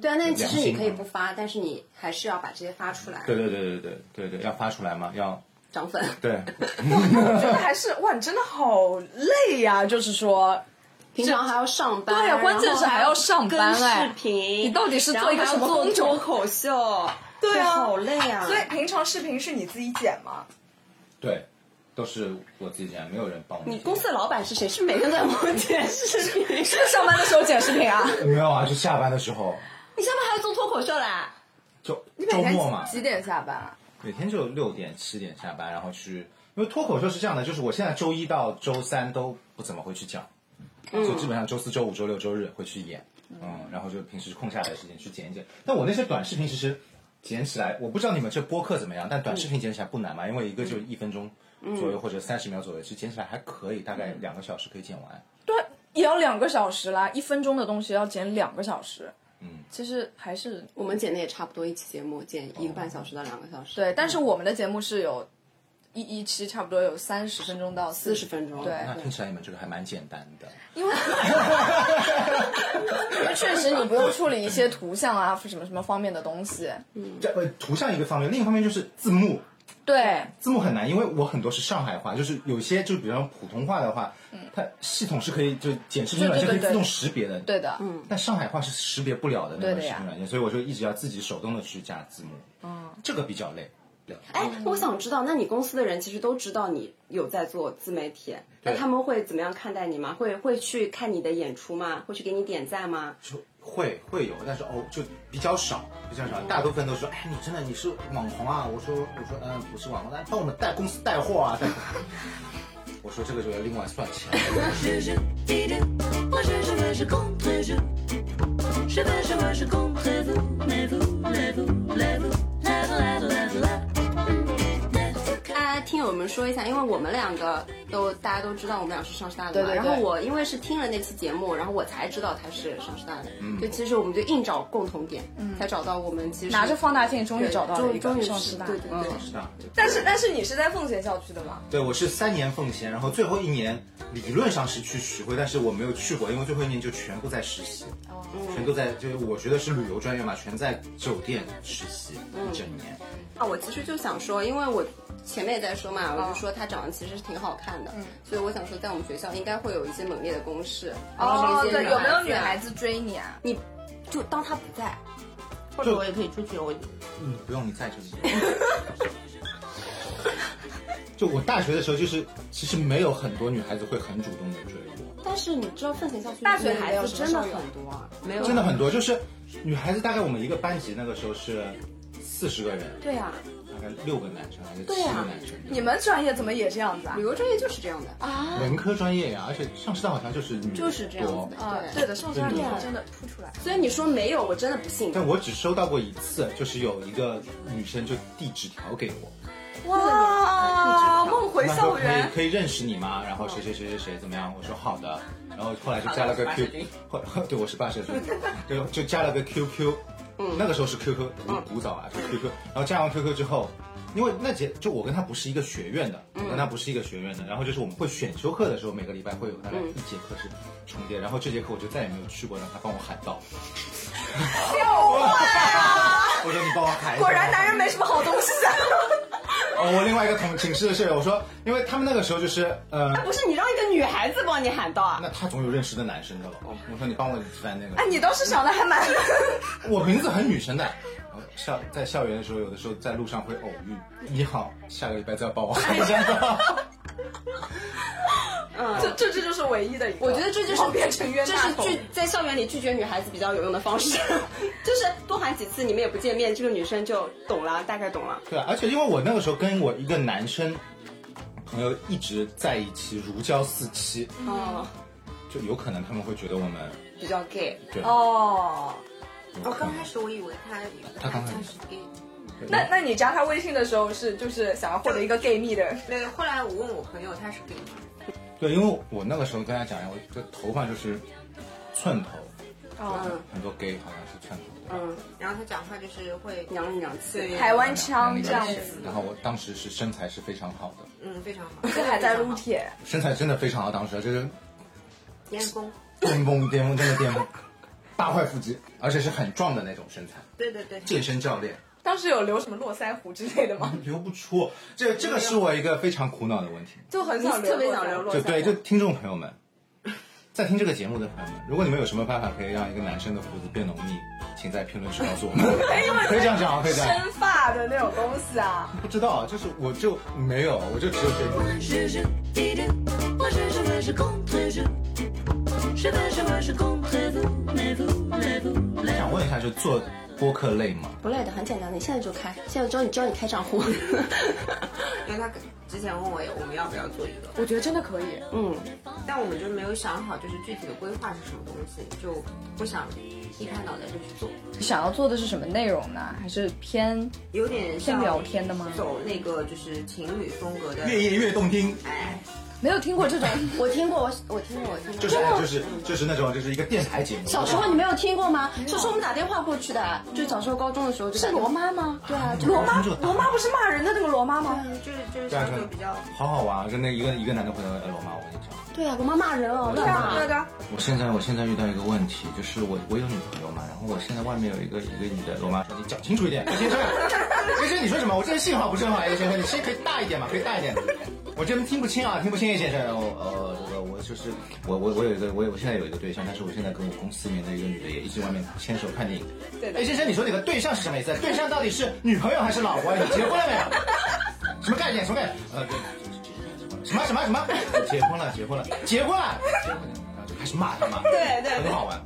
S4: 对啊，那其实
S6: 良
S4: 你
S6: 心
S4: 可以
S6: 嘛
S4: 不发，但是你还是要把这些发出来，
S6: 对对对对对对对，要发出来嘛，要
S4: 涨粉。
S6: 对。
S2: 我觉得还是哇，你真的好累呀、就是说，
S4: 平常还要上班，
S2: 对啊
S4: 然后
S2: 关键是还要上班
S4: 跟
S2: 哎
S4: 视频，
S2: 你到底是
S4: 然后
S2: 做一个
S4: 还要
S2: 什么
S4: 做
S2: 工种
S4: 脱口 秀？
S2: 对啊，
S3: 好累啊！
S2: 所以平常视频是你自己剪吗？
S6: 对，都是我自己剪，没有人帮我。
S4: 你公司的老板是谁？是每天在帮我剪视频？你
S2: 是 上班的时候剪视频啊？
S6: 没有啊？就下班的时候，
S4: 下班还要做脱口秀啦？
S6: 就 周末嘛，
S2: 几点下班啊？
S6: 每天就六点七点下班，然后去。因为脱口秀是这样的，就是我现在周一到周三都不怎么会去讲，就基本上周四周五周六周日会去演，嗯，然后就平时空下来的时间去剪一剪。但我那些短视频其实剪起来，我不知道你们这播客怎么样，但短视频剪起来不难嘛，因为一个就一分钟左右或者三十秒左右，其实剪起来还可以，大概两个小时可以剪完。
S2: 对，也要两个小时啦，一分钟的东西要剪两个小时。
S6: 嗯，
S2: 其实还是
S4: 我们剪的也差不多，一期节目剪一个半小时到两个小时。
S2: 对，但是我们的节目是有一一期差不多有三十分钟到
S4: 四十分钟，
S2: 对，
S6: 那听起来你们这个还蛮简单的。
S2: 因为因为确实你不用处理一些图像啊什么什么方面的东西，
S6: 这呃，图像一个方面，另一方面就是字幕。
S2: 对，
S6: 字幕很难，因为我很多是上海话，就是有些就比方说普通话的话，它系统是可以就检视频软件
S2: 嗯
S6: 可
S2: 对对对
S6: 以自动识别的，
S2: 对的，
S6: 但上海话是识别不了的那
S2: 对
S6: 个
S2: 的
S6: 视
S2: 呀
S6: 频软件，所以我就一直要自己手动的去加字幕，嗯，这个比较累。
S4: 哎，我想知道，那你公司的人其实都知道你有在做自媒体，那
S6: 对
S4: 他们会怎么样看待你吗？会会去看你的演出吗？会去给你点赞吗？
S6: 就会会有，但是哦，就比较少，比较少，大部分都说，哎，你真的你是网红啊？我说我说嗯，不是网红，来帮我们带公司带货啊。带货 我说这个就要另外算钱。
S4: 大家听友们说一下，因为我们两个都大家都知道我们俩是上师大的嘛，
S2: 对对对
S4: 然后我因为是听了那期节目，然后我才知道他是上师大的，
S2: 嗯
S4: 就其实我们就硬找共同点，才找到我们其实
S2: 拿着放大镜终于
S4: 对
S2: 找到了
S4: 终
S2: 一个
S4: 终于
S2: 上
S4: 是
S2: 师大，
S4: 对对对。
S2: 嗯
S6: 是的，
S2: 但是但是你是在奉贤校区的吗？
S6: 对我是三年奉贤，然后最后一年理论上是去徐汇，但是我没有去过，因为最后一年就全部在实习，
S4: 嗯
S6: 全都在就是我觉得是旅游专业嘛，全在酒店实习
S4: 嗯
S6: 一整年。
S4: 啊，我其实就想说，因为我前面也在说
S2: 嗯
S4: 嘛，我就说她长得其实是挺好看的，所以我想说，在我们学校应该会有一些猛烈的攻势，然后是一些
S2: 哦对，有没有女
S4: 哦孩
S2: 孩
S4: 子？
S2: 子追你啊？
S4: 你就当她不在，
S3: 或者我也可以出去，我
S6: 嗯，不用你在这里。 就我大学的时候，就是其实没有很多女孩子会很主动的追我，
S4: 但是你知道奉贤校区
S2: 大学
S4: 女
S2: 里
S4: 孩
S2: 面有
S4: 子
S2: 什么
S4: 真的
S2: 校友
S4: 很多啊，没有
S6: 真的很多。就是女孩子大概我们一个班级那个时候是四十个人，
S4: 对啊，
S6: 大概六个男生还是七
S4: 对啊
S6: 个男生。
S2: 你们专业怎么也这样子啊
S4: 旅？游专业就是这样的啊，
S6: 文科专业呀、而且上师大好像就是女
S4: 就是这样子
S6: 多
S4: 的
S2: 啊，
S4: 对
S2: 对的，上山
S6: 对
S2: 女
S6: 啊
S2: 孩真的扑出来。
S4: 所以你说没有，我真的不信。
S6: 但我只收到过一次，就是有一个女生就递纸条给我，
S2: 哇，梦回
S6: 那
S2: 校
S6: 说可以
S2: 园，
S6: 可以认识你吗？然后谁谁谁谁谁怎么样？我说好的，然后后来就加了 个 Q，后后 对我是八十岁，
S2: 嗯
S6: 就就加了个 QQ，那个时候是 QQ
S2: 嗯
S6: 古古早啊，就 QQ，然后加完 QQ 之后。因为那节就我跟他不是一个学院的，
S2: 嗯
S6: 我跟他不是一个学院的，然后就是我们会选修课的时候，每个礼拜会有大概一节课是重叠，然后这节课我就再也没有去过，让他帮我喊 到。 我说你帮我喊一下。
S2: 果然男人没什么好东西啊！
S6: 哦，我另外一个同寝室的室友，我说，因为他们那个时候就是，呃，
S4: 不是你让一个女孩子帮你喊到啊？
S6: 那他总有认识的男生的了。我说你帮我翻那
S2: 哦哎，
S6: 个，
S2: 你倒是想的还蛮……
S6: 我名字很女生的。然后校在校园的时候，有的时候在路上会偶遇。你好，下个礼拜再帮我
S2: 哎
S6: 喊一下。
S2: 这这这就是唯一的一个。
S4: 我觉得这就是
S2: 变成冤
S4: 这
S2: 大
S4: 是
S2: 头。
S4: 拒在校园里拒绝女孩子比较有用的方 式，就是多喊几次你们也不见面，这个女生就懂了，大概懂了。
S6: 对啊，而且因为我那个时候跟我一个男生朋友一直在一起，如胶似漆，
S4: 哦，
S6: 就有可能他们会觉得我们
S4: 比较 gay。
S6: 对。
S2: 哦，
S6: 有
S3: 我
S6: 可
S3: 刚
S6: 能
S3: 开始我以为他
S6: 他刚开始
S3: 是 gay，
S2: 那那你加他微信的时候是就是想要获得一个 gay 蜜的？
S3: 对，后来我问我朋友，他是 gay 吗？
S6: 对，因为我那个时候跟他讲，我这头发就是寸头，
S2: 哦，
S6: 很多 gay 好像是寸头的。
S4: 嗯，
S3: 然后他讲话就是会，
S4: 娘里娘气。
S3: 对
S2: 台湾腔这样
S6: 子
S2: 子，。
S6: 然后我当时是身材是非常好的，
S3: 嗯，非常好，
S2: 这还在撸铁，
S6: 身材真的非常好，当时啊就是
S3: 烟工，
S6: 巅峰巅峰真的巅峰，大块腹肌，而且是很壮的那种身材。
S3: 对对对，
S6: 健身教练
S2: 当时有留什么络腮胡之类的吗？
S6: 留不出，这这个是我一个非常苦恼的问题。
S2: 就很想留，
S4: 特别想留络
S6: 就对，就听众朋友们，在听这个节目的朋友们，如果你们有什么办法可以让一个男生的胡子变浓密，请在评论区告 诉我们。
S4: 哎
S6: 可以这样讲啊，可以这样讲。
S2: 生发的那种东西啊。
S6: 不知道，就是我就没有，我就只有这个。我想问一下，就做播客累吗？
S4: 不累的，很简单，你现在就开，现在教你教你开账户。
S3: 因为他之前问我我们要不要做一个，
S2: 我觉得真的可以，
S4: 嗯，
S3: 但我们就没有想好就是具体的规划是什么东西，就不想 一拍脑袋就去做，
S2: 想要做的是什么内容呢？还是偏
S3: 有点
S2: 偏
S3: 像
S2: 聊天的吗？
S3: 走那个就是情侣风格的，
S6: 越夜越动听，
S3: 哎，
S2: 没有听过 这种。
S4: 我听过，我我听过，我听过。
S6: 就是就是就是那种就是一个电台节目。
S4: 小时候你没有听过吗？小时候我们打电话过去的，就小时候高中的时候就打
S2: 是
S4: 电话
S2: 罗妈吗？对啊，
S6: 就
S2: 罗妈，
S6: 嗯就
S2: 罗妈不是骂人的那个罗妈吗？
S3: 就是就是
S6: 对啊
S3: 相对比较，
S6: 好好玩啊，跟那一个一个男的回头哎罗妈，我跟你讲，
S4: 对啊，我妈骂人哦，
S2: 对啊，对
S4: 啊，
S2: 啊，
S6: 我现在我现在遇到一个问题，就是我我有女朋友嘛，然后我现在外面有一个一个女的，罗妈说你讲清楚一点，先生，先生你说什么？我这信号不正好，叶先生，你先可以大一点嘛，可以大一点。我这边听不清啊，听不清叶先生。然后呃，这个我就是我我我有一个我有我现在有一个对象，但是我现在跟我公司里面的一个女的也一直外面牵手看电影。
S2: 对的
S6: 哎，先生，你说你的对象是什么意思？对象到底是女朋友还是老婆？你结婚了没有？什么概念？什么概念？呃，对什么什么什么？结婚了，结婚了，结婚了，结婚了，然后就开始骂他嘛。
S2: 对对
S6: 很好玩。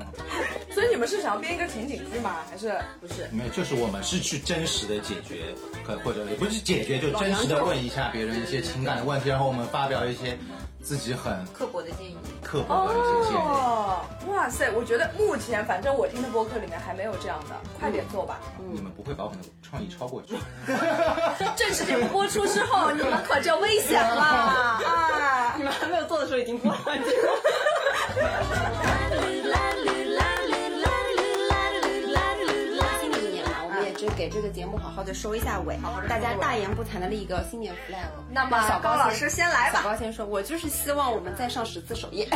S2: 所以你们是想要编一个情景剧吗？还是不是？
S6: 没有，就是我们是去真实的解决，可或者也不是解决，就真实的问一下别人一些情感的问题，然后我们发表一些自己很
S3: 刻薄的建议。
S6: 刻薄的一些建议。
S2: 哦，哇塞！我觉得目前反正我听的播客里面还没有这样的，快点做吧。
S6: 嗯你们不会把我们的创意超过去。
S2: 正式节目播出之后，你们可就危险 了啊！
S4: 你们还没有做的时候已经播完这个。新的一年啊嘛，我们也
S2: 啊
S4: 就给这个节目好好的收一下尾，大家大言不惭的立一个新年 flag。
S2: 那么
S4: 小
S2: 高
S4: 高
S2: 老
S4: 先
S2: 师先来吧
S4: 小高先说，我就是希望我们再上十次首页。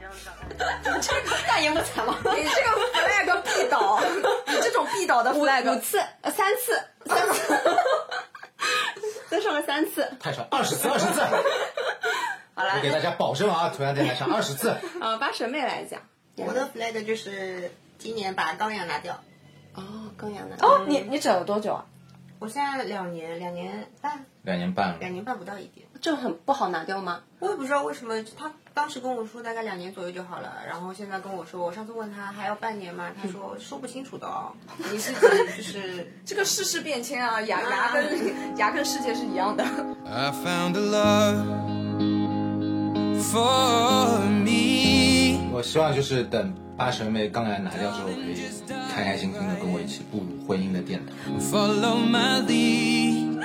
S4: 这大言不惭吗？
S2: 你这个 flag 必倒，你这种必倒的
S4: 五
S2: flag
S4: 五次，呃，三次，三次，再上个三次。
S6: 太少，二十次，二十次。
S4: 好
S6: 我
S4: 了
S6: 给，大家保证啊，同样电台上二十次。
S4: 呃，八神妹来讲。
S3: 我的 flag 就是今年把钢牙拿掉。
S4: 哦，更阳男。
S2: 哦，你你整了多久啊？
S3: 我现在两年，两年半，
S6: 两年半了，
S3: 两年半不到一点。
S4: 这很不好拿掉吗？
S3: 我也不知道为什么，他当时跟我说大概两年左右就好了，然后现在跟我说，我上次问他还要半年吗？他说说不清楚的哦，你自己就是
S2: 这个世事变迁啊，牙牙跟牙跟世界是一样的。
S9: I found a love for me.
S6: 我希望就是等八神妹钢牙拿掉之后，可以开开心心的跟我一起步入婚姻的殿堂。
S9: Follow my lead.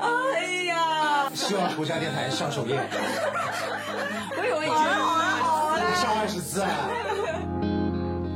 S2: 哎呀，
S6: 希望途家电台上首页，
S2: 我以为已经好啊好啊。
S6: 上二十次。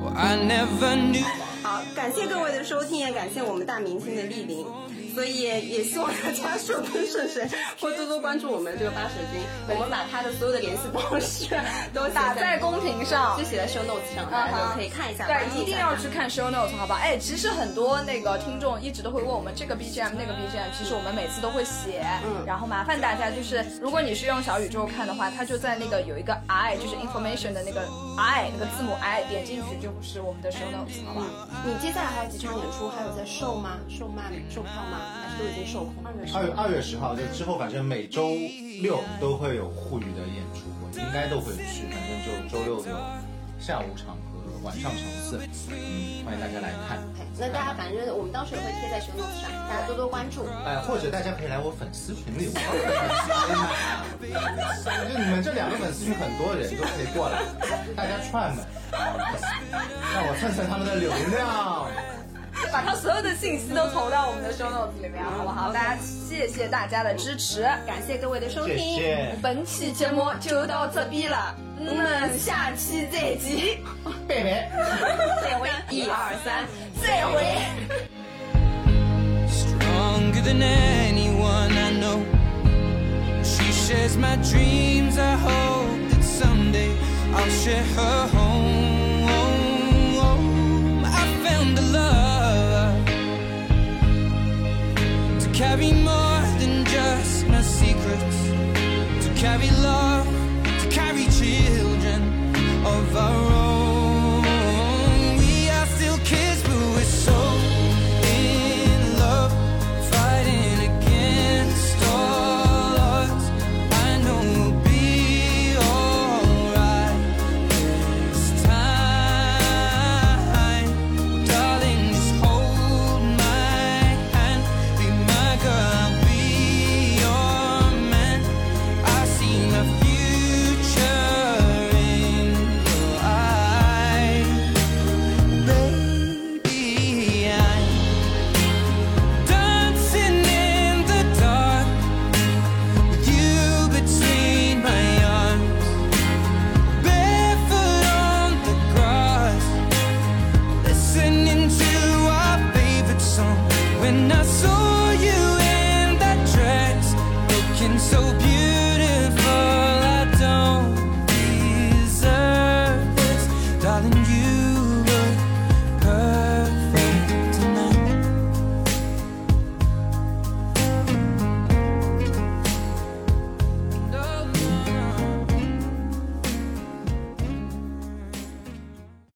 S9: Well, I never knew.
S4: 好，啊感谢各位的收听，也感谢我们大明星的莅临，所以也也希望大家顺风顺水，或多多关注我们这个八水君，我们把他的所有的联系方式都写
S2: 打在公屏上
S4: 就。写在 show notes 上，大家都可以看一下，关注
S2: 对，一定要
S4: 下
S2: 去看 show notes，好吧？哎，其实很多那个听众一直都会问我们这个 BGM 那个 BGM，其实我们每次都会写。嗯。然后麻烦大家就是，如果你是用小宇宙看的话，它就在那个有一个 i，就是 information 的那个 i，那个字母 i，点进去就是我们的 show notes，好吧？
S4: 你接下来还有几场演出，还有在售吗？售卖售票吗？还是都已经售空？二月
S6: 二月二月十号，就之后反正每周六都会有沪语的演出，我应该都会去，反正就周六有下午场和晚上场次，嗯，欢迎大家来看。
S4: 那大家反正我们到时候也会贴在 show notes 上，大家多多关注。
S6: 哎，或者大家可以来我粉丝群里，我告诉你们就你们这两个粉丝群很多人都可以过来，大家串门，让我蹭蹭他们的流量。
S2: 把它所有的信息都投到我们的 show notes 里面，好不好？大家谢谢大家的支持，
S4: 感谢各位的收
S6: 谢
S4: 听，
S6: 谢，
S2: 本期节目就到这边了，我们下期再见。
S6: 贝贝。
S4: 再会，一二三，
S2: 再会。
S9: Stronger than anyone I know. She shares my dreams. I hope that someday I'll share her home. I found a love to carry more than just my secrets, to carry love, to carry children of our own. We are still kids, but we're so in love, fighting against all odds. I know we'll be alright this time. Darling, just hold my hand. Be my girl, I'll be your man. I see my future. When I saw you in that dress, looking so beautiful.